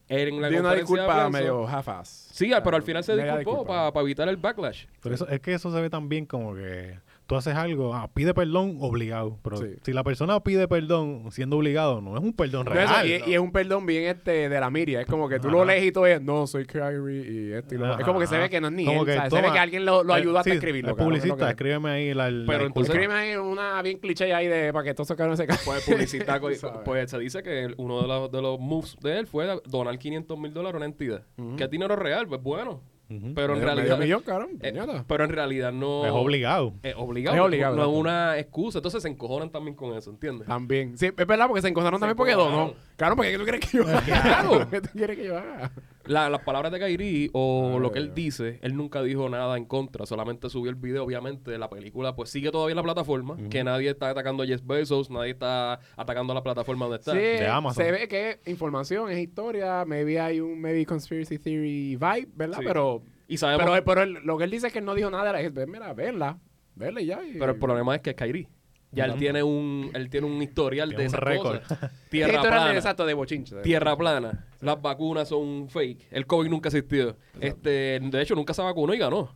S1: Él en la
S3: Dio
S1: conferencia
S3: una
S1: de
S3: disculpa
S1: prensa-
S3: medio half-ass.
S1: Sí,
S3: Ah,
S1: pero al final se
S3: media
S1: disculpó
S3: disculpa.
S1: para evitar el backlash.
S2: Pero eso, es que eso se ve también como que tú haces algo, ah, pide perdón obligado. Pero
S3: Sí.
S2: si la persona pide perdón siendo obligado, no es un perdón
S3: No,
S2: real.
S3: eso- y, y es un perdón bien este de la miria. Es como que tú lo
S2: Ajá.
S3: lees y todo es, no, soy Kyrie y esto y lo otro". Es como que se ve que no es ni
S2: Como
S3: él,
S2: que
S3: ¿sabes? se ve
S2: toma-
S3: que alguien lo, lo
S2: Eh,
S3: ayuda
S2: sí,
S3: a escribirlo.
S2: el
S3: cabrón, es lo
S2: publicista,
S3: que-
S2: escríbeme ahí la, la
S1: Pero
S2: disculpa.
S1: entonces-
S3: Escríbeme ahí una bien cliché ahí de para que todos sacaron ese caso.
S1: Pues
S3: <laughs>
S1: <laughs> publicista, co-
S3: Tú sabes.
S1: pues se dice que el- uno de los, de los moves de él fue donar 500 mil dólares a una entidad.
S3: Ujú.
S1: Que es dinero real, pues bueno.
S2: Ujú.
S1: Pero en
S3: Medio-
S1: realidad.
S3: medio millón, cabrón,
S1: eh,
S3: puñeta.
S1: pero en realidad no.
S2: es obligado.
S1: Es obligado.
S3: Es
S1: no-
S3: obligado,
S1: no es
S3: exacto.
S1: una excusa. Entonces se encojonan también con eso, ¿entiendes?
S3: También. Sí, es verdad, porque se encontraron
S1: Se
S3: también porque donó.
S1: encontraron.
S3: Claro, porque ¿qué tú quieres que yo
S1: <laughs>
S3: haga? <laughs> ¿Qué tú quieres que yo haga?
S1: La- las palabras de Kairi o
S3: Ah,
S1: lo que él
S3: ya.
S1: dice, él nunca dijo nada en contra, solamente subió el video, obviamente, de la película, pues sigue todavía en la plataforma, que nadie está atacando a Jeff Bezos, nadie está atacando a la plataforma donde está.
S3: Sí,
S2: De Amazon.
S3: se ve que es información, es historia, maybe hay un maybe conspiracy theory vibe, ¿verdad?
S1: Sí.
S3: Pero,
S1: Y sabemos,
S3: pero,
S1: pero,
S3: pero él- lo que él dice es que él no dijo nada, es, mira, verla, verla y ya. y-
S1: el problema es que es Kairi. Ya él tiene un, él tiene un historial
S2: Tiene
S1: de
S2: un
S1: esas
S2: récord. <laughs>
S1: cosas.
S3: Sí,
S1: Tierra
S3: esto era de-
S1: plana.
S3: Exacto, de bochinche. de-
S1: Tierra plana. Las vacunas son un fake. El COVID nunca existió. Este, de hecho, nunca se vacunó y ganó.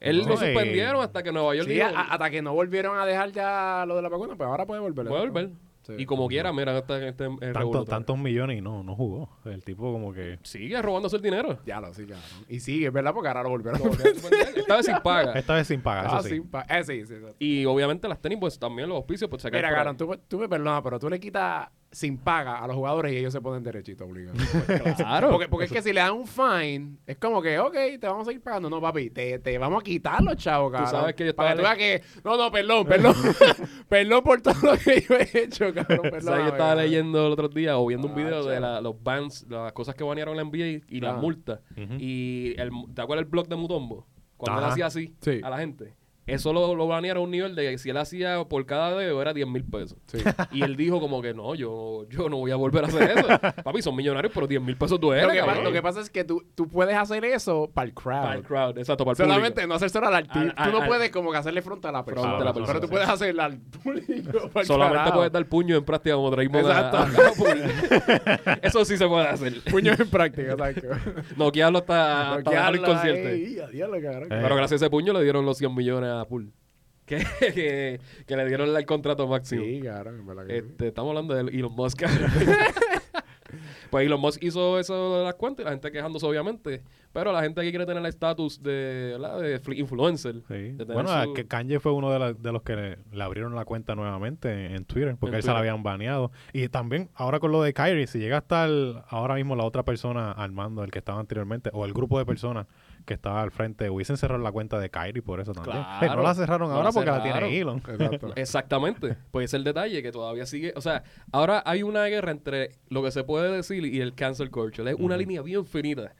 S1: Él
S2: No,
S1: lo
S2: eh.
S1: suspendieron hasta que Nueva York
S3: Sí,
S1: dijo,
S3: a- a- hasta que no volvieron a dejar ya lo de la vacuna, pues ahora puede volver.
S1: puede volver.
S3: Sí.
S1: Y como quiera, mira, hasta este, este
S2: Tanto- tantos millones y no, no jugó. El tipo como que...
S1: Sigue robándose el dinero.
S3: Ya lo sí, claro. Y sigue, es verdad, porque ahora lo volvieron. a
S1: Lo
S3: volver.
S1: volvieron a suspender. Esta vez sin
S2: <laughs>
S1: paga.
S2: Esta vez sin pagar,
S3: Ah,
S2: eso sí.
S3: sí, pa- eh, sí, sí, exacto.
S1: Y obviamente las tenis, pues también los auspicios, pues se caen
S3: Mira,
S1: por
S3: Garon,
S1: ahí.
S3: tú, tú me perdonas, pero tú le quitas sin paga a los jugadores y ellos se ponen derechito obligados.
S1: <laughs> Claro.
S3: Porque, porque es que si le dan un fine, es como que, ok, te vamos a ir pagando. No, papi, te, te vamos a quitar los chavos, cabrón.
S1: sabes que yo
S3: Para
S1: estaba-
S3: que tú veas que- No, no,
S1: <laughs>
S3: perdón, perdón. <laughs> perdón por todo lo que yo he hecho, cabrón.
S1: O
S3: Perdón,
S1: sea, yo estaba leyendo el otro día o viendo un
S3: Ah,
S1: video de
S3: chavo.
S1: la- los bans, las cosas que banearon la NBA y
S3: Ah.
S1: las multas.
S2: Ujú.
S1: Y el, ¿te acuerdas el blog de Mutombo? Cuando él
S2: Ajá.
S1: hacía así
S3: Sí.
S1: a la gente. Eso lo, lo banearon a un nivel de que si él hacía por cada dedo era 10 mil pesos.
S3: Sí.
S1: Y él dijo como que no, yo, yo no voy a volver a hacer eso.
S3: <laughs>
S1: Papi, son millonarios, pero 10 mil pesos duele.
S3: Lo que, pasa,
S1: cabrón.
S3: lo que pasa es que tú, tú puedes hacer eso para el crowd.
S1: Para el crowd, exacto, para el
S3: Solamente
S1: público.
S3: no hacer solo al
S1: Al-
S3: artista.
S1: al-
S3: Tú no
S1: al-
S3: puedes como que hacerle frente a la persona.
S1: Fronte a la
S3: pero
S1: persona,
S3: tú
S1: sí.
S3: puedes hacerle al
S1: <laughs>
S3: público. pa'l
S1: Solamente
S3: carajo.
S1: puedes
S3: <laughs>
S1: dar puño en práctica como traímos a-
S3: Exacto.
S1: a- <laughs> Eso sí se puede hacer.
S3: puños en práctica, exacto.
S1: Noquearlo hasta, hasta dejarlo
S3: Bloquearla,
S1: inconsciente.
S3: ey, a diablo, cabrón.
S2: Eh.
S1: Pero gracias a ese puño le dieron los 100 millones a Pool. <laughs> Que, que, que le dieron el contrato máximo.
S3: Sí, cabrón, en verdad que sí.
S1: Este, estamos hablando de Elon Musk. pues Elon Musk hizo eso de las cuentas y la gente quejándose, obviamente. Pero la gente que quiere tener el estatus de, ¿verdad? de fli- influencer.
S2: Sí.
S1: de tener
S2: Bueno,
S1: su-
S2: que Kanye fue uno de, la- de los que le, le abrieron la cuenta nuevamente en, en Twitter, porque
S1: En
S2: él se la
S1: Twitter.
S2: habían baneado. Y también, ahora con lo de Kyrie, si llega a estar ahora mismo la otra persona al mando, el que estaba anteriormente, o el grupo de personas que estaba al frente, hubiesen cerrado la cuenta de Kyrie por eso también. <laughs>
S1: Claro.
S2: Eh, no la cerraron
S1: No
S2: ahora
S1: la
S2: porque la
S1: cerraron.
S2: tiene Elon.
S3: Exacto.
S1: Exactamente. Pues ese es el detalle que todavía sigue. O sea, ahora hay una guerra entre lo que se puede decir y el cancel culture. Es una línea bien finita.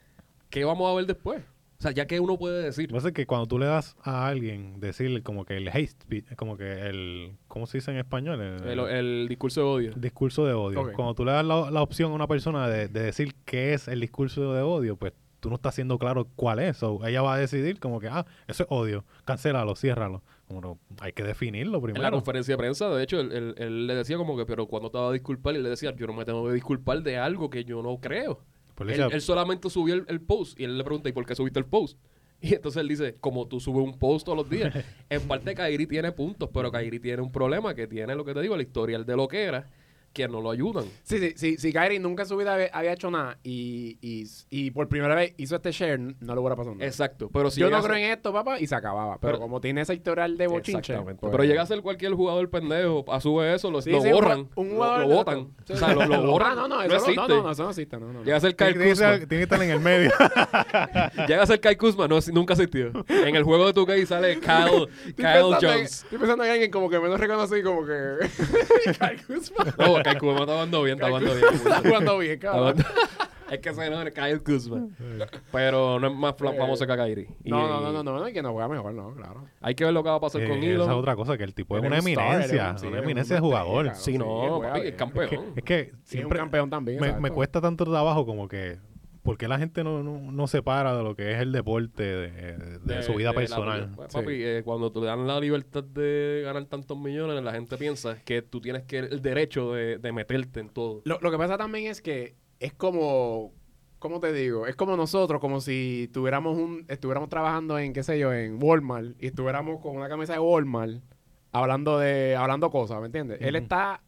S1: ¿Qué vamos a ver después? O sea, ya que uno puede decir.
S2: Lo que pasa es que cuando tú le das a alguien decirle como que el hate speech, como que el, ¿cómo se dice en español? El,
S1: El, el discurso de odio.
S2: discurso de odio.
S3: Ok.
S2: Cuando tú le das la, la opción a una persona de, de decir qué es el discurso de odio, pues tú no estás siendo claro cuál es. O ella va a decidir como que, ah, eso es odio, cancélalo, ciérralo. Como no, hay que definirlo
S1: En la
S2: primero.
S1: conferencia de prensa, de hecho, él, él- él le decía como que, pero cuando te vas a disculpar, y él le decía, yo no me tengo que disculpar de algo que yo no creo.
S2: Pues le
S1: Él,
S2: decía,
S1: él solamente subió el, el post y él le pregunta, ¿y por qué subiste el post? <laughs> Y entonces él dice, como tú subes un post todos los
S3: <laughs>
S1: días. en parte Kairi tiene puntos, pero Kairi tiene un problema que tiene, lo que te digo, el historial de lo que era, que no lo ayudan.
S3: Sí, sí, sí, si Kyrie nunca en su vida había- había hecho nada y, y, y por primera vez hizo este share, no lo hubiera pasado nada.
S1: Exacto, pero si
S3: Yo
S1: llega
S3: no
S1: a
S3: creo
S1: ser-
S3: en esto, papá, y se acababa. Pero,
S1: Pero-
S3: como tiene ese historial de bochinche.
S1: Exactamente.
S3: pues-
S1: pero llega a ser cualquier jugador pendejo, a su vez eso, lo,
S3: Sí,
S1: lo
S3: sí, un-
S1: borran,
S3: un
S1: lo-
S3: jugador
S1: lo,
S3: de-
S1: botan. O sea, lo, lo borran.
S3: <laughs> Ah, no, no,
S1: no
S3: eso no,
S1: existe.
S3: no, no, eso no existe. No, no, no.
S1: Llega a ser Kyle
S2: tiene, que irse
S1: Kuzma.
S2: al- tiene que estar en el
S3: <laughs>
S2: medio.
S1: Llega a ser Kyle Kuzma, no, es- nunca asistió. En el juego de tu y sale Kyle,
S3: Estoy
S1: Kyle
S3: pensando en- <laughs>
S1: Jones.
S3: estoy pensando en alguien como que menos reconocí,
S1: <laughs>
S3: como que. <laughs> Kyle Kuzma.
S1: No, Kyle Kuzma está jugando bien, está
S3: Kyle
S1: jugando bien.
S3: Kuzma Está jugando bien,
S1: Está
S3: cabrón.
S1: jugando- <laughs> es que se no Kyle Kuzma. Pero no es más fla-
S3: Eh,
S1: famoso que Kyrie. Y-
S3: No, no, no, no, no, no, y que nos juega mejor, no, claro.
S1: Hay que ver lo que va a pasar
S2: Eh,
S1: con
S2: <laughs> esa es
S1: Elon.
S2: otra cosa, que el tipo es
S3: Era
S2: una
S3: un star, era un-
S2: eminencia,
S3: sí,
S2: una
S3: era un
S2: eminencia de
S3: estrella,
S2: jugador.
S3: cabrón.
S1: Sí,
S3: Sí, pues, eh,
S1: no,
S3: juega
S1: papi,
S3: bien.
S1: es campeón.
S2: Es que
S3: Siempre
S2: siempre
S3: un campeón también.
S2: me,
S3: exacto.
S2: me cuesta tanto trabajo como que, ¿por qué la gente no, no, no separa de lo que es el deporte de, de- <laughs> de su vida
S1: la
S2: personal?
S1: tuya. Pues, papi, eh, cuando te dan la libertad de ganar tantos millones, la gente piensa que tú tienes que el derecho de, de meterte en todo.
S3: Lo, lo que pasa también es que es como, ¿cómo te digo? Es como nosotros, como si tuviéramos un, estuviéramos trabajando en, qué sé yo, en Walmart y estuviéramos con una camisa de Walmart hablando de, hablando cosas, ¿me entiendes? Él
S2: Ujú.
S3: está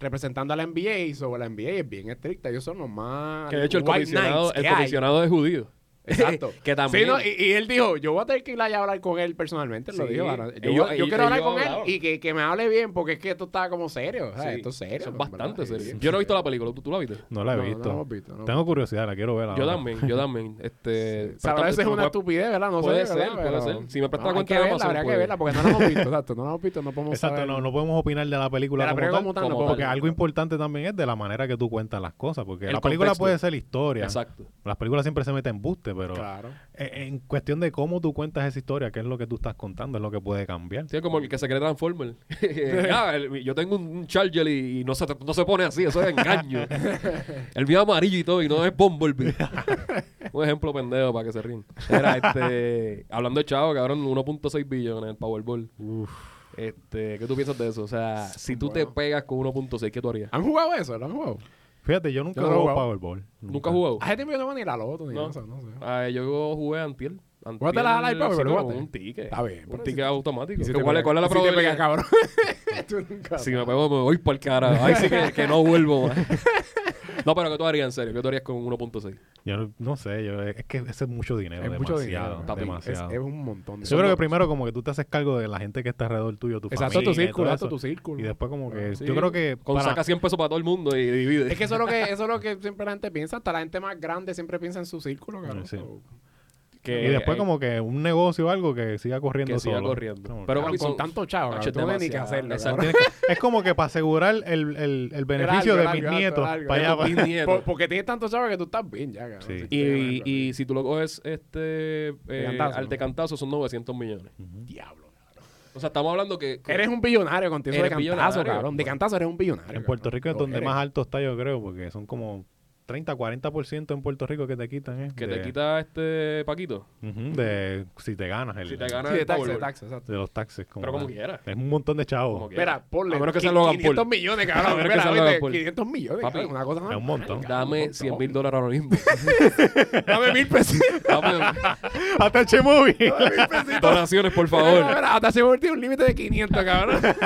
S3: representando a la NBA y sobre la NBA es bien estricta. Ellos son los más
S1: Que de hecho el
S3: white
S1: comisionado,
S3: knights
S1: el
S3: que hay.
S1: comisionado es judío.
S3: Exacto.
S1: que también.
S3: Sí, no, y, y él dijo, yo voy a tener que ir allá a hablar con él personalmente, él lo
S1: Sí.
S3: dijo. ahora. Yo,
S1: Ellos-
S3: yo
S1: ellos-
S3: quiero hablar
S1: ellos
S3: con él
S1: hablaron.
S3: y que, que me hable bien porque es que esto está como serio. o sea,
S1: Sí.
S3: Esto es serio.
S1: Eso es
S3: ¿verdad?
S1: bastante
S3: Sí,
S1: serio.
S3: sí,
S1: Yo no he
S3: sí.
S1: visto la película, ¿tú, tú la viste?
S2: No la he
S3: No, no
S2: visto.
S3: la hemos visto, no.
S2: Tengo curiosidad, la quiero ver ahora.
S1: Yo también, yo también. Este, pero
S3: Sabrá
S1: tanto-
S3: eso es
S1: me
S3: una
S1: puede-
S3: estupidez, ¿verdad? No
S1: puede
S3: sé,
S1: ser,
S3: ¿verdad?
S1: puede
S3: Pero-
S1: ser. Si me prestas
S3: No,
S1: la
S3: hay
S1: cuenta
S3: que
S1: de
S3: verla,
S1: Amazon,
S3: habría
S1: pues.
S3: que verla porque no la hemos visto, exacto. No la hemos visto, no podemos
S2: Exacto,
S3: saber.
S2: no, no podemos opinar de la película
S3: De la
S2: como
S3: película
S2: tal,
S3: como tal, no
S1: como
S3: podemos
S2: porque
S1: tal.
S3: opinar.
S2: algo importante también es de la manera que tú cuentas las cosas, porque
S1: El
S2: la película
S1: contexto.
S2: puede ser historia.
S1: Exacto.
S2: Las películas siempre se meten en buste, pero
S3: Claro.
S2: en, en cuestión de cómo tú cuentas esa historia, qué es lo que tú estás contando, es lo que puede cambiar.
S1: Sí, es como el que se cree
S3: <laughs>
S1: Transformer. <laughs> Ah, el- yo tengo un, un Charger y, y no, se, no se pone así, eso es
S3: <laughs>
S1: engaño. el mío es amarillo y todo y no es Bumblebee. un ejemplo pendejo para que se ríen. Era, este, hablando de chavo, cabrón, 1.6 billones en el Powerball. Este, ¿Qué tú piensas de eso? O sea, si tú te
S3: Bueno. Ah,
S1: pegas con 1.6, ¿qué tú harías?
S3: ¿Han jugado eso? ¿Lo han jugado?
S2: Fíjate, yo nunca
S3: Yo no
S2: he
S3: lo he
S2: jugado
S3: jugado.
S2: Powerball.
S1: ¿Nunca has jugado?
S3: A gente yo no voy ni la loto ni
S1: No.
S3: eso, no sé.
S1: Ah, yo jugué Antiel.
S3: Jugaste la- la del Powerball,
S1: sí, pero con
S3: jugaste.
S1: un ticket.
S3: Está bien,
S1: Un
S3: pero
S1: ticket
S3: si-
S1: automático.
S3: ¿Y si
S1: ¿Que
S3: te
S1: ¿Cuál,
S3: pega-
S1: es- cuál es la
S3: si te
S1: probabilidad?
S3: pega, cabrón. Tú nunca
S1: Si me pego, me voy por el cara. Ay, sí que, que no vuelvo más. No, pero ¿qué tú harías en serio? ¿Qué tú harías con 1.6?
S2: Yo no- no sé, yo, es que ese es mucho dinero,
S3: Es mucho
S2: demasiado,
S3: dinero,
S1: papi.
S3: sabes.
S2: demasiado.
S3: Es, es un montón. de-
S2: yo creo que primero como que tú te haces cargo de la gente que está alrededor tuyo, tu
S3: Exacto,
S2: familia
S3: tu
S2: y todo
S3: círculo, exacto,
S2: eso.
S3: tu círculo.
S2: Y después como que...
S1: Sí.
S2: Yo creo que...
S1: Con
S2: para-
S1: saca 100 pesos para todo el mundo y divide.
S3: Es que eso es lo que eso es lo que siempre la gente piensa, hasta la gente más grande siempre piensa en su círculo, cabrón.
S2: Sí.
S3: So,
S1: Que
S2: y después
S1: hay- <laughs>
S2: como que un negocio o algo que siga corriendo
S1: Que siga
S2: solo.
S1: corriendo.
S2: Como que-
S1: Pero,
S3: cabrón,
S1: papi,
S3: con
S1: son-
S3: tanto chavo,
S1: Nacho,
S3: cabrón, tú no tienes ni que
S1: demasiado.
S3: hacerlo.
S1: Exacto.
S3: cabrón.
S2: es como que para asegurar el, el, el beneficio
S3: Era
S2: de
S3: algo,
S2: mis
S3: era algo,
S2: nietos
S3: era algo,
S2: para
S3: era
S2: allá,
S1: algo.
S2: para-
S1: Nieto.
S3: <laughs> Por- porque tienes tanto chavo que tú estás bien ya, cabrón.
S2: Sí.
S3: Si
S1: Y,
S3: te ganas, cabrón.
S1: y si tú lo coges este, eh,
S3: Decantazo,
S1: al
S3: ¿no?
S1: decantazo son 900 millones.
S3: diablo. cabrón.
S1: O sea, estamos hablando que... que-
S3: Eres un billonario contigo de
S1: Eres
S3: cantazo,
S1: billonario.
S3: cabrón. De cantazo eres un billonario.
S2: En Puerto
S3: cabrón.
S2: Rico es
S3: Lo
S2: donde
S3: eres.
S2: más alto está yo creo, porque son como 30, 40% en Puerto Rico que te quitan, ¿eh?
S1: que
S2: de,
S1: te quita este paquito.
S2: Ujú, de- si te ganas el,
S1: Si te ganas
S3: Sí, de
S1: el
S3: taxes, de
S1: Powerball.
S3: taxes, exacto.
S2: de los taxes. Como
S1: Pero como
S2: tal.
S1: quiera.
S2: Es un montón de
S1: Como
S2: chavos.
S1: quiera.
S3: Espera, ponle.
S1: A menos que
S3: qui-
S1: sea Logan Paul.
S3: 500 millones,
S1: A
S3: cabrón.
S1: menos que
S3: Espera,
S1: sea Logan
S3: viste,
S1: Paul.
S3: 500 millones,
S1: Papi,
S3: cabrón, Una cosa
S2: es un montón.
S1: Dame 100 mil dólares ahora mismo.
S3: Dame mil pesitos.
S1: Dame
S2: <laughs> Hasta el movie
S1: <laughs> donaciones,
S3: <laughs>
S1: por
S3: Espera,
S1: favor.
S3: espera, Hasta se volvió un límite de 500, cabrón.
S1: <laughs>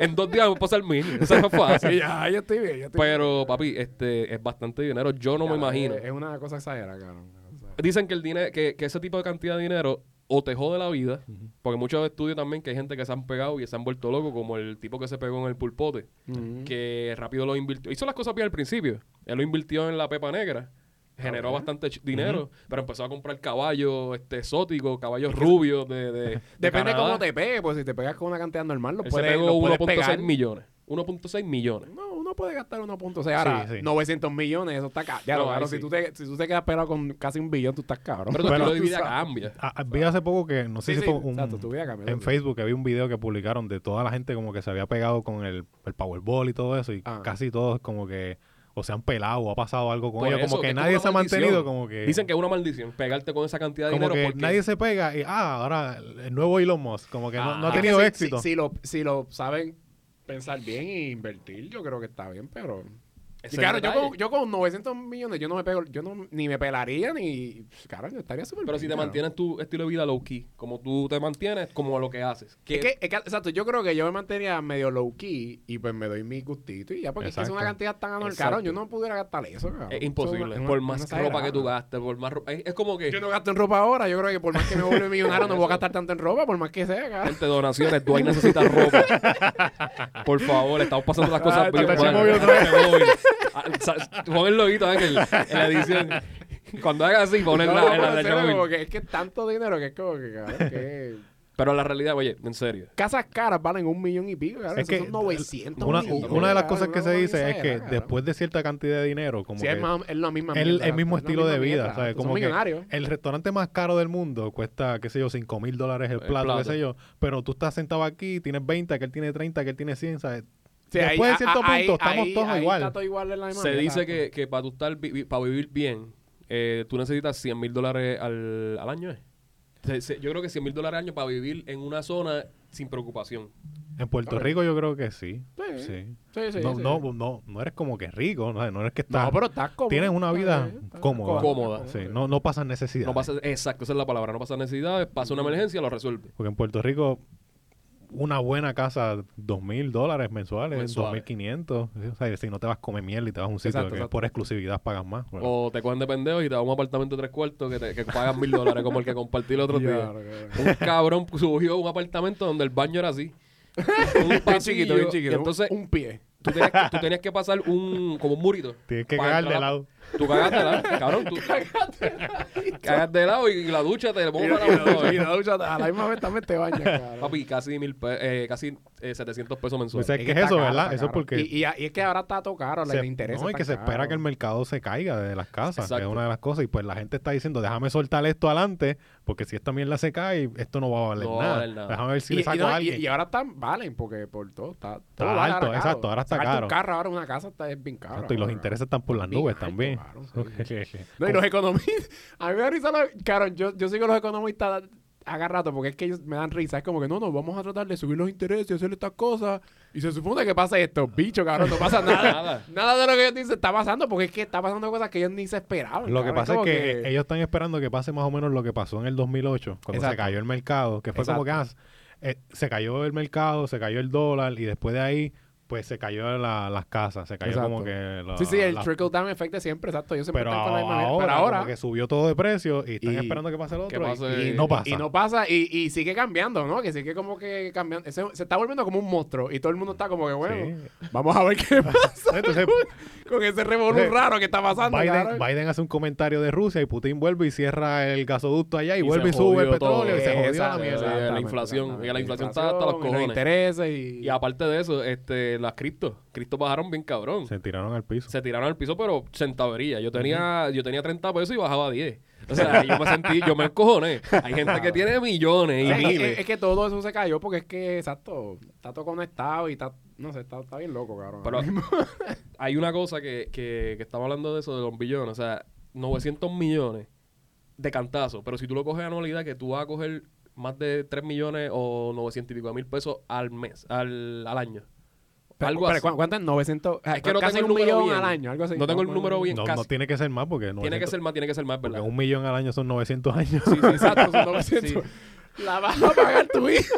S1: En dos días vamos a pasar mil. Eso es
S3: Sí,
S1: fácil.
S3: ya, yo estoy bien, yo estoy bien.
S1: Pero, papi, este es bastante dinero. Yo no me
S3: Cabrón,
S1: imagino.
S3: eh, Es una cosa exagerada, cabrón. O sea,
S1: Dicen que el dinero, que, que ese tipo de cantidad de dinero o te jode la vida, porque muchos estudios también que hay gente que se han pegado y se han vuelto locos, como el tipo que se pegó en el pulpote,
S3: mm.
S1: que rápido lo invirtió. Hizo las cosas bien al principio. Él lo invirtió en la pepa negra.
S3: Ah,
S1: generó bastante ch- dinero, pero empezó a comprar caballos este, exóticos, caballos rubios de, de, de
S3: <laughs> Depende
S1: Canadá.
S3: cómo te pegue, pues si te pegas con una cantidad normal, lo
S1: Él
S3: puedes,
S1: se
S3: lo
S1: pegó
S3: puedes
S1: 1.6
S3: pegar.
S1: millones. 1.6 millones.
S3: No, uno puede gastar 1.6. Ahora,
S2: Sí, sí.
S3: 900 millones, eso está caro. Ya lo
S1: No, ahí
S3: claro, si,
S1: sí.
S3: tú te, si tú te quedas pegado con casi un billón, tú estás cabrón. <laughs>
S1: Pero tu
S2: Bueno,
S1: estilo de
S3: tú
S1: vida
S3: sabes.
S1: cambia.
S2: Ah, ah, vi hace poco que, no sé
S3: Sí,
S2: si
S3: sí,
S2: fue un-
S3: exacto, tu vida cambió
S2: en
S3: también.
S2: Facebook que había un video que publicaron de toda la gente como que se había pegado con el, el Powerball y todo eso y
S3: Ah.
S2: casi todos como que o se han pelado o ha pasado algo con
S1: Por
S2: ellos,
S1: eso,
S2: como que,
S1: es
S2: nadie
S1: es
S2: se ha
S1: una maldición.
S2: mantenido como que
S1: Dicen que es una maldición pegarte con esa cantidad de
S2: como
S1: dinero
S2: que
S1: porque...
S2: nadie se pega y ah, ahora el nuevo Elon Musk como que no, no
S3: Ah,
S2: ha
S3: es que
S2: tenido
S3: si-
S2: éxito.
S3: Si, si lo, si lo saben pensar bien y invertir, yo creo que está bien, pero...
S1: Ese
S3: Y claro,
S1: es
S3: yo
S1: el
S3: con,
S1: detalle.
S3: yo con 900 millones, yo no me pego, yo no, ni me pelaría, ni... Claro, yo estaría súper
S1: Eh, Pero si
S3: bien,
S1: te
S3: cabrón.
S1: mantienes tu estilo de vida low key, como tú te mantienes, como lo que haces. Que,
S3: Es que, es que, exacto, yo creo que yo me mantenía medio low key y pues me doy mi gustito y ya, porque es que es una
S2: Exacto.
S3: cantidad tan anormal.
S1: Exacto.
S3: Cabrón, yo no pudiera gastar eso, cabrón.
S1: es
S3: Eso
S1: imposible.
S3: es una- es una-
S1: por
S3: una
S1: más ropa
S3: exagerada.
S1: que tú gastes, por más ropa. Es, es como que.
S3: Yo no gasto en ropa ahora, yo creo que por más que me vuelva millonario no voy a gastar tanto en ropa, por más que sea, cabrón.
S1: Gente, donaciones, Dwight necesita
S3: <laughs>
S1: ropa. Por favor, estamos pasando las cosas
S2: Ah,
S1: bien
S2: te
S1: mal.
S2: movió
S1: <laughs>
S2: otra
S1: Ah, te movió. Ah, sa- Pon el loguito Ángel, en la edición. Cuando haga así, pon el
S3: No,
S1: la, en la-
S3: en
S1: en la-
S3: serio, como que es que es tanto dinero que es como que, cabrón,
S1: <laughs>
S3: que...
S1: Pero la realidad, oye, en serio.
S3: Casas caras valen un millón y pico, cabrón.
S2: Es
S3: Esos
S2: que
S3: son 900
S2: una,
S3: millones,
S2: una de las
S3: cabrón,
S2: cosas que
S3: una
S2: se
S3: cosa
S2: dice es que
S3: exagerada, cabrón.
S2: después de cierta cantidad de dinero, como
S3: Sí,
S2: que
S3: es, más- es la misma
S2: el,
S3: mierda,
S2: el mismo
S3: es la
S2: estilo
S3: misma
S2: de vida,
S3: mierda,
S2: ¿sabes?
S3: son
S2: Como que
S3: millonarios.
S2: el restaurante más caro del mundo cuesta, qué sé yo, 5 mil dólares
S1: El
S2: el plato, qué
S1: plato.
S2: sé yo, pero tú estás sentado aquí, tienes 20, que él tiene 30, que él tiene 100, ¿sabes?
S3: Sí, ahí-
S2: después de cierto
S3: ahí-
S2: punto estamos
S3: ahí-
S2: todos
S3: ahí
S2: igual.
S3: está todo igual en la misma
S1: Se
S3: mierda.
S1: dice que, que para, tú estar vi- vi- para vivir bien, eh, tú necesitas 100 mil dólares al, al año. ¿eh? Se- se- yo creo que 100 mil dólares al año para vivir en una zona sin preocupación.
S2: En Puerto Rico yo creo que sí.
S3: Sí.
S2: sí.
S3: Sí, sí,
S2: no,
S3: sí.
S2: no, no, no eres como que rico, no, no eres que estás...
S3: No, pero estás cómodo.
S2: tienes una vida
S3: Sí, estás
S2: cómoda.
S1: Cómoda.
S2: Sí, no, no pasas necesidad.
S1: No pasa, exacto, esa es la palabra. No pasa necesidades, pasa una emergencia, lo resuelve.
S2: Porque en Puerto Rico una buena casa, dos mil dólares mensuales, dos mil
S1: Mensuales.
S2: quinientos. O sea, si no te vas a comer miel y te vas a un sitio
S3: Exacto,
S2: que
S3: exacto.
S2: por exclusividad pagas más. bueno.
S1: O te cogen de pendejo y te dan un apartamento de tres cuartos que, te, que pagan mil dólares, como el que compartí el otro día.
S3: Diablo, cabrón.
S1: Un cabrón subió a un apartamento donde el baño era así. Un
S3: <laughs> Bien
S1: pasillo,
S3: chiquito, bien chiquito.
S1: y entonces
S3: un pie.
S1: tú, tenías que, tú tenías que pasar un, como un murito.
S2: Tienes que
S1: pa'
S2: cagar
S1: entrar
S2: de
S1: a-
S2: lado.
S1: Tú cagaste de
S3: <laughs>
S1: lado, cabrón. Tú cagas de lado y la ducha te
S3: Y
S1: pongo
S3: la-
S1: para
S3: y
S1: la
S3: la- y
S1: ducha.
S3: la ducha, a la misma vez también te
S2: <laughs>
S3: bañas,
S1: <laughs>
S3: cabrón.
S1: Papi, casi, mil pe- eh, casi eh, 700 pesos
S2: O
S1: mensuales.
S2: sea, es que es
S3: está
S2: eso,
S3: caro,
S2: ¿verdad?
S3: está
S2: Eso es
S3: caro.
S2: porque...
S3: Y, y, y es que ahora está todo caro, la
S2: se-
S3: de interés.
S2: no, y que se espera que el mercado se caiga de las casas, que es
S1: Exacto.
S2: una de las cosas. Y pues la gente está diciendo, déjame soltar esto adelante, porque si esta mierda se cae, esto no va a valer,
S1: No va a
S2: nada.
S1: valer nada.
S2: Déjame ver si
S3: y,
S2: le
S3: y,
S2: saco
S3: no,
S2: a
S3: y,
S2: alguien.
S3: y ahora están, valen, porque por todo está, todo
S2: Está
S3: vale
S2: alto,
S3: caro.
S2: exacto, ahora está
S3: Sacarte
S2: caro.
S3: un carro ahora, una casa, está es bien caro.
S2: Exacto, y los
S3: ahora.
S2: intereses están por las
S3: Bien
S2: nubes
S3: alto,
S2: también.
S3: claro, sí.
S2: <laughs>
S3: No, y los economistas. <laughs> A mí me da risa. la- Claro, yo, yo sigo a los economistas haga rato porque es que ellos me dan risa. Es como que no, no, vamos a tratar de subir los intereses y hacer estas cosas. Y se supone que pasa esto. Bicho, cabrón, no pasa
S1: <laughs>
S3: nada.
S1: Nada.
S3: <laughs> nada de lo que ellos dicen está pasando porque es que está pasando cosas que ellos ni se esperaban.
S2: Lo que
S3: cabrón.
S2: pasa es
S3: como
S2: que, ellos están esperando que pase más o menos lo que pasó en el 2008, cuando se
S3: Exacto.
S2: cayó el mercado, que fue como que ah, eh, se cayó el mercado, se cayó el dólar y después de ahí, pues se cayó la- las casas, se cayó
S3: Exacto.
S2: como que... la-
S3: Sí, sí, el
S2: la-
S3: trickle down effect de siempre, exacto. Ellos siempre
S2: Pero
S3: están con la misma
S2: ahora,
S3: mierda. Pero
S2: como
S3: ahora.
S2: que subió todo de precio y están
S3: Y-
S2: esperando que pase el otro y-
S1: pase-
S2: y, no
S1: y-
S2: pasa.
S3: Y no pasa, y, y sigue cambiando, ¿no? Que sigue como que cambiando. Ese- se está volviendo como un monstruo y todo el mundo está como que, bueno, <laughs>
S2: Sí.
S3: vamos a ver qué pasa
S2: Entonces,
S3: con ese revolú raro que está pasando.
S2: Biden,
S3: cabrón.
S2: Biden hace un comentario de Rusia y Putin vuelve y cierra el gasoducto allá y,
S1: Y
S2: vuelve y
S1: se
S2: sube el
S1: jodió todo.
S2: petróleo y se jodió la
S3: Exacto,
S1: mierda.
S2: mierda.
S1: La inflación, que la inflación está hasta los
S3: y
S1: cojones.
S3: intereses y...
S1: Y aparte de eso, este, las criptos. Criptos bajaron bien cabrón.
S2: Se tiraron al piso.
S1: se tiraron al piso, pero centavería. Yo tenía, yo tenía 30 pesos y bajaba a 10. O sea, yo me sentí, yo me encojoné. Hay gente que tiene millones y
S3: es, que-
S1: miles.
S3: es que todo eso se cayó porque es que, exacto, está todo conectado y está, no sé, está, está bien loco, cabrón.
S1: Pero <laughs> hay una cosa que, que, que estaba hablando de eso, de los billones. O sea, 900 millones de cantazo. Pero si tú lo coges anualidad, que tú vas a coger más de 3 millones o 900 y pico de mil pesos al mes, al, al año.
S3: Pero-
S1: algo
S3: pero
S1: así.
S3: ¿cu- ¿Cuánto es? 900...
S1: Es que no
S3: casi
S1: tengo el
S3: un
S1: número
S3: millón
S1: bien.
S3: al año, algo así.
S1: No tengo el número bien.
S2: No,
S1: casi.
S2: no tiene que ser más porque...
S1: tiene
S2: 900
S1: que ser más, tiene que ser más,
S2: Porque
S1: ¿verdad?
S2: un millón al año son 900 años.
S1: <laughs>
S2: <laughs>
S1: Sí, sí,
S3: Exacto, <laughs> son
S1: Sí.
S3: 900. La vas a pagar tu hijo.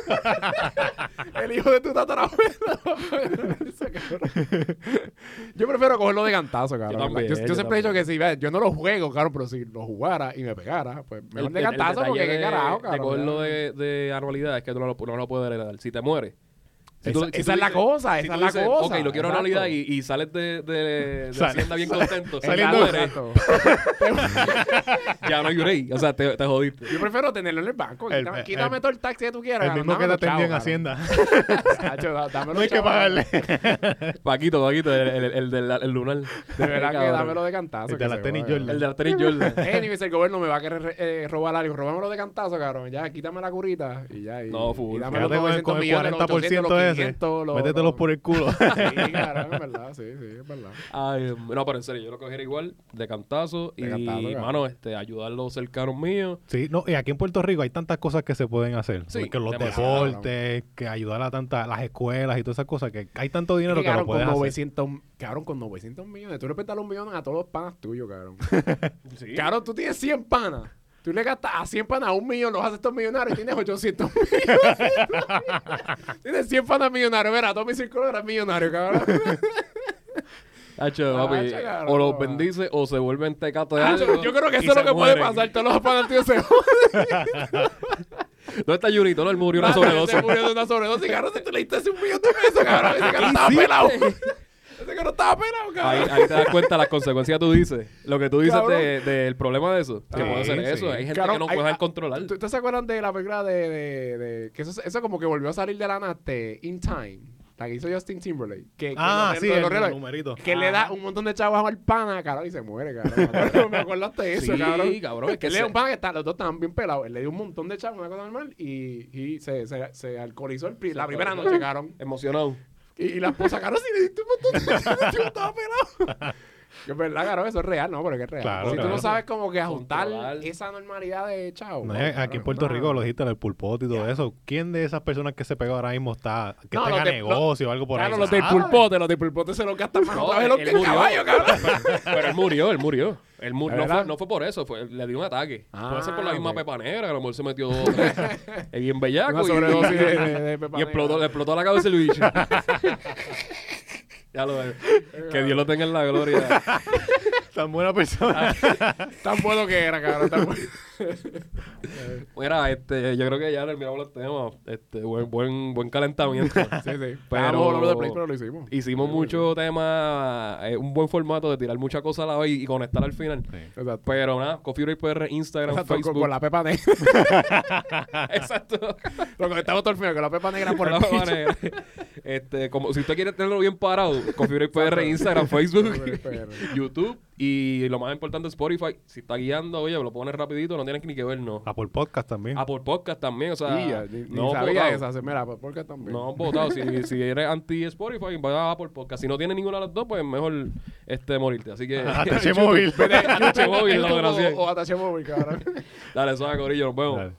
S3: <laughs> el hijo de tu tatarabuelo. <laughs> Eso, cabrón. yo prefiero cogerlo de cantazo, cabrón.
S1: Yo también,
S3: yo, yo
S1: yo
S3: siempre he dicho
S1: también.
S3: que si ve, yo no lo juego, cabrón, pero si lo jugara y me pegara, pues mejor
S1: El-
S3: de
S1: el- el
S3: cantazo
S1: detalle
S3: porque qué
S1: de-
S3: carajo,
S1: De
S3: cabrón.
S1: cogerlo de, de anualidad es que tú no lo, no lo puedes heredar. Si te mueres, Si tú-
S3: esa
S1: si tú
S3: esa es la
S1: dices- si
S3: cosa, Ah, esa
S1: tú
S3: es la
S1: dices,
S3: cosa.
S1: Ok, lo quiero a
S3: exacto.
S1: realidad y, y sales de, de, de
S2: Sale-
S1: Hacienda bien
S3: <laughs>
S1: contento.
S2: saliendo-
S1: Ya no eres-
S3: Exacto.
S1: Ya no lloré. O sea, te, te jodiste.
S3: Yo prefiero tenerlo en el banco.
S2: El-
S3: quítame
S2: el-
S3: quítame todo el taxi que tú quieras.
S2: El mismo que te
S3: dámelo,
S2: atendió en
S3: chavo,
S2: Hacienda.
S3: cabrón. <laughs> Chacho, da-
S2: <laughs>
S3: dámelo,
S2: No hay que
S3: chavo,
S2: pagarle.
S1: Paquito, Paquito, el, el, el del el lunar.
S3: De
S1: <laughs>
S3: verdad que
S1: Cabrón.
S3: dámelo de cantazo.
S2: El de
S3: que
S2: las
S3: se
S2: tenis
S3: joda.
S2: Jordan.
S1: El de las tenis Jordan.
S3: Anyways, el gobierno me va a querer eh, robar algo. Robámoslo de cantazo, cabrón. Ya, quítame la curita y ya. Y,
S1: No, full.
S3: y dame los
S2: Quédate con el,
S3: 900
S2: con el
S3: millones, los 800,
S2: 40%
S3: los
S2: ese.
S3: 500, los-
S2: Métetelos por el culo. <laughs>
S3: <laughs> Sí, cabrón, es verdad. Sí, sí, es verdad.
S1: Ay, Dios mío. no, pero en serio, yo lo cogería igual, de cantazo.
S3: De
S1: y,
S3: cantazo, cabrón.
S1: mano, este, ayudar a los cercanos míos.
S2: Sí, no, y aquí en Puerto Rico hay tantas cosas que se pueden hacer.
S1: Sí,
S2: que los
S1: demasiado,
S2: deportes, que ayudar a tantas, las escuelas y todas esas cosas, que hay tanto dinero que,
S3: cabrón,
S2: lo puedes
S3: con
S2: hacer.
S3: 900, cabrón, con 900 millones. Tú le prestas un millón a todos los panas tuyos, cabrón.
S1: Sí.
S3: Cabrón, tú tienes 100 panas. Tú le gastas a 100 panas a un millón, los haces todos millonarios y tienes 800 <laughs> millones. tienes 100 panas millonarios. Verá, todo mi círculo era millonario, cabrón.
S1: Hacho,
S3: Ah,
S1: papi,
S3: hacho, cabrón.
S1: o los bendice o se vuelven tecatos de
S3: Yo,
S1: algo
S3: yo creo que
S1: y
S3: eso es lo
S1: se
S3: que
S1: mueren.
S3: puede pasar. Todos los panas tuyos se
S1: ¿Dónde está Junito? No, él
S3: <laughs>
S1: murió una
S3: Mano,
S1: sobredosis.
S3: Se murió de una sobredosis, cabrón. Si tú le diste ese un millón de
S1: <laughs>
S3: pesos, cabrón. Ese cabrón estaba pelado. Ese cabrón estaba pelado,
S1: Ahí,
S3: cabrón.
S1: ahí te das cuenta las consecuencias tú dices. Lo que tú dices
S3: Cabrón.
S1: de- del problema de eso. Que
S3: Sí,
S1: puede ser
S2: sí.
S1: eso. Hay gente
S3: Cabrón,
S1: que no
S3: hay-
S1: puede
S3: ah,
S1: controlar.
S3: ¿Tú- ¿Ustedes se acuerdan de la película de, de, de- que eso, eso como que volvió a salir de la nada este, In Time? La que hizo Justin Timberlake. Que, que
S2: Ah,
S3: los-
S2: sí,
S3: los
S2: el
S3: relojes-
S2: numerito.
S3: Que le
S1: Ah.
S3: da un montón de chavos al pana, cabrón, y se muere, cabrón. Me acuerdo- Me acordaste de eso,
S1: Sí,
S3: cabrón.
S1: cabrón, es que
S3: que le
S1: se-
S3: dio un pana que está, los dos estaban bien pelados. Él le dio un montón de chavos, una cosa normal, y, y se, se, se alcoholizó el pri- la primera noche, cabrón.
S1: Emocionado.
S3: Y, y la esposa, caro, si le diste un montón de chavos, yo estaba pelado.
S2: <laughs>
S3: Que es verdad, caro, eso es real, ¿no? Pero que es real.
S2: Claro,
S3: si tú
S2: claro.
S3: no sabes como que ajustar
S1: Controlar.
S3: esa normalidad de chavo.
S2: No,
S3: no,
S2: es- aquí
S3: cabrón,
S2: en Puerto
S3: no.
S2: Rico lo dijiste, el pulpote y todo eso. ¿Quién de esas personas que se pegó ahora mismo está, que
S3: No,
S2: tenga
S3: los de-
S2: negocio o algo por
S3: Claro,
S2: ahí? Ah,
S3: los del
S2: Nada.
S3: pulpote, los del pulpote se lo gastan más
S1: No,
S3: otra vez los
S1: él
S3: que el
S1: murió.
S3: caballo, cabrón.
S1: <laughs> Pero él murió, él murió. Él mu-
S3: ¿La
S1: no, fue,
S3: verdad?
S1: no fue por eso, fue, le dio un ataque.
S3: Ah,
S1: puede ser por la misma
S3: ok.
S1: pepa negra, que a lo mejor se metió dos o tres.
S3: <laughs>
S1: Es bien bellaco.
S3: Una
S1: y-
S3: sobredosis
S1: y-
S3: de- de- de pepa
S1: Y explotó,
S3: negra.
S1: le explotó la cabeza el
S3: <laughs>
S1: bicho. ya lo ves. Que Dios lo tenga en la gloria.
S2: Tan buena persona.
S3: Tan bueno que era, cabrón.
S2: <laughs>
S3: Tan bueno.
S1: Mira, este, yo creo que ya terminamos los temas. Este, buen, buen, buen
S3: <laughs>
S1: calentamiento.
S3: Sí, sí.
S1: Pero-
S3: Pero... over the place, pero lo hicimos.
S1: Hicimos mucho tema, eh, un buen formato de tirar muchas cosas a la vez y, y conectar al final.
S3: Exacto.
S1: Pero nada, Coffee Break PR, Instagram,
S3: Exacto, con,
S1: Facebook.
S3: con la pepa negra.
S1: <laughs> Exacto.
S3: Lo conectamos todo el final con la pepa negra <laughs>
S1: <laughs>
S3: por
S1: Por
S3: el
S1: la
S3: piso.
S1: manera. Este, como si usted quiere tenerlo bien parado, Coffee Break PR, Instagram,
S3: Coffee
S1: Facebook,
S3: Break
S1: <laughs>
S3: PR.
S1: YouTube y lo más importante Spotify. Si está guiando, oye, lo pones rapidito, no tienes ni que ver, no.
S2: Ah, por podcast también.
S1: Ah, por podcast también, o sea,
S3: Y ya, ni, ni
S1: no
S3: sabía
S1: votado.
S3: esa. Mira, ¿por qué también? <laughs>
S1: No han votado. si, si eres anti Spotify, vaya por podcast. Si no tienes ninguna de las dos, pues mejor este morirte. Así que. <laughs>
S2: ATH móvil.
S1: Vete, ATH móvil, la
S3: O, <laughs>
S1: desgracia.
S3: o ataché móvil, cabrón.
S1: Dale, suave, Corillo, nos vemos.
S2: Dale.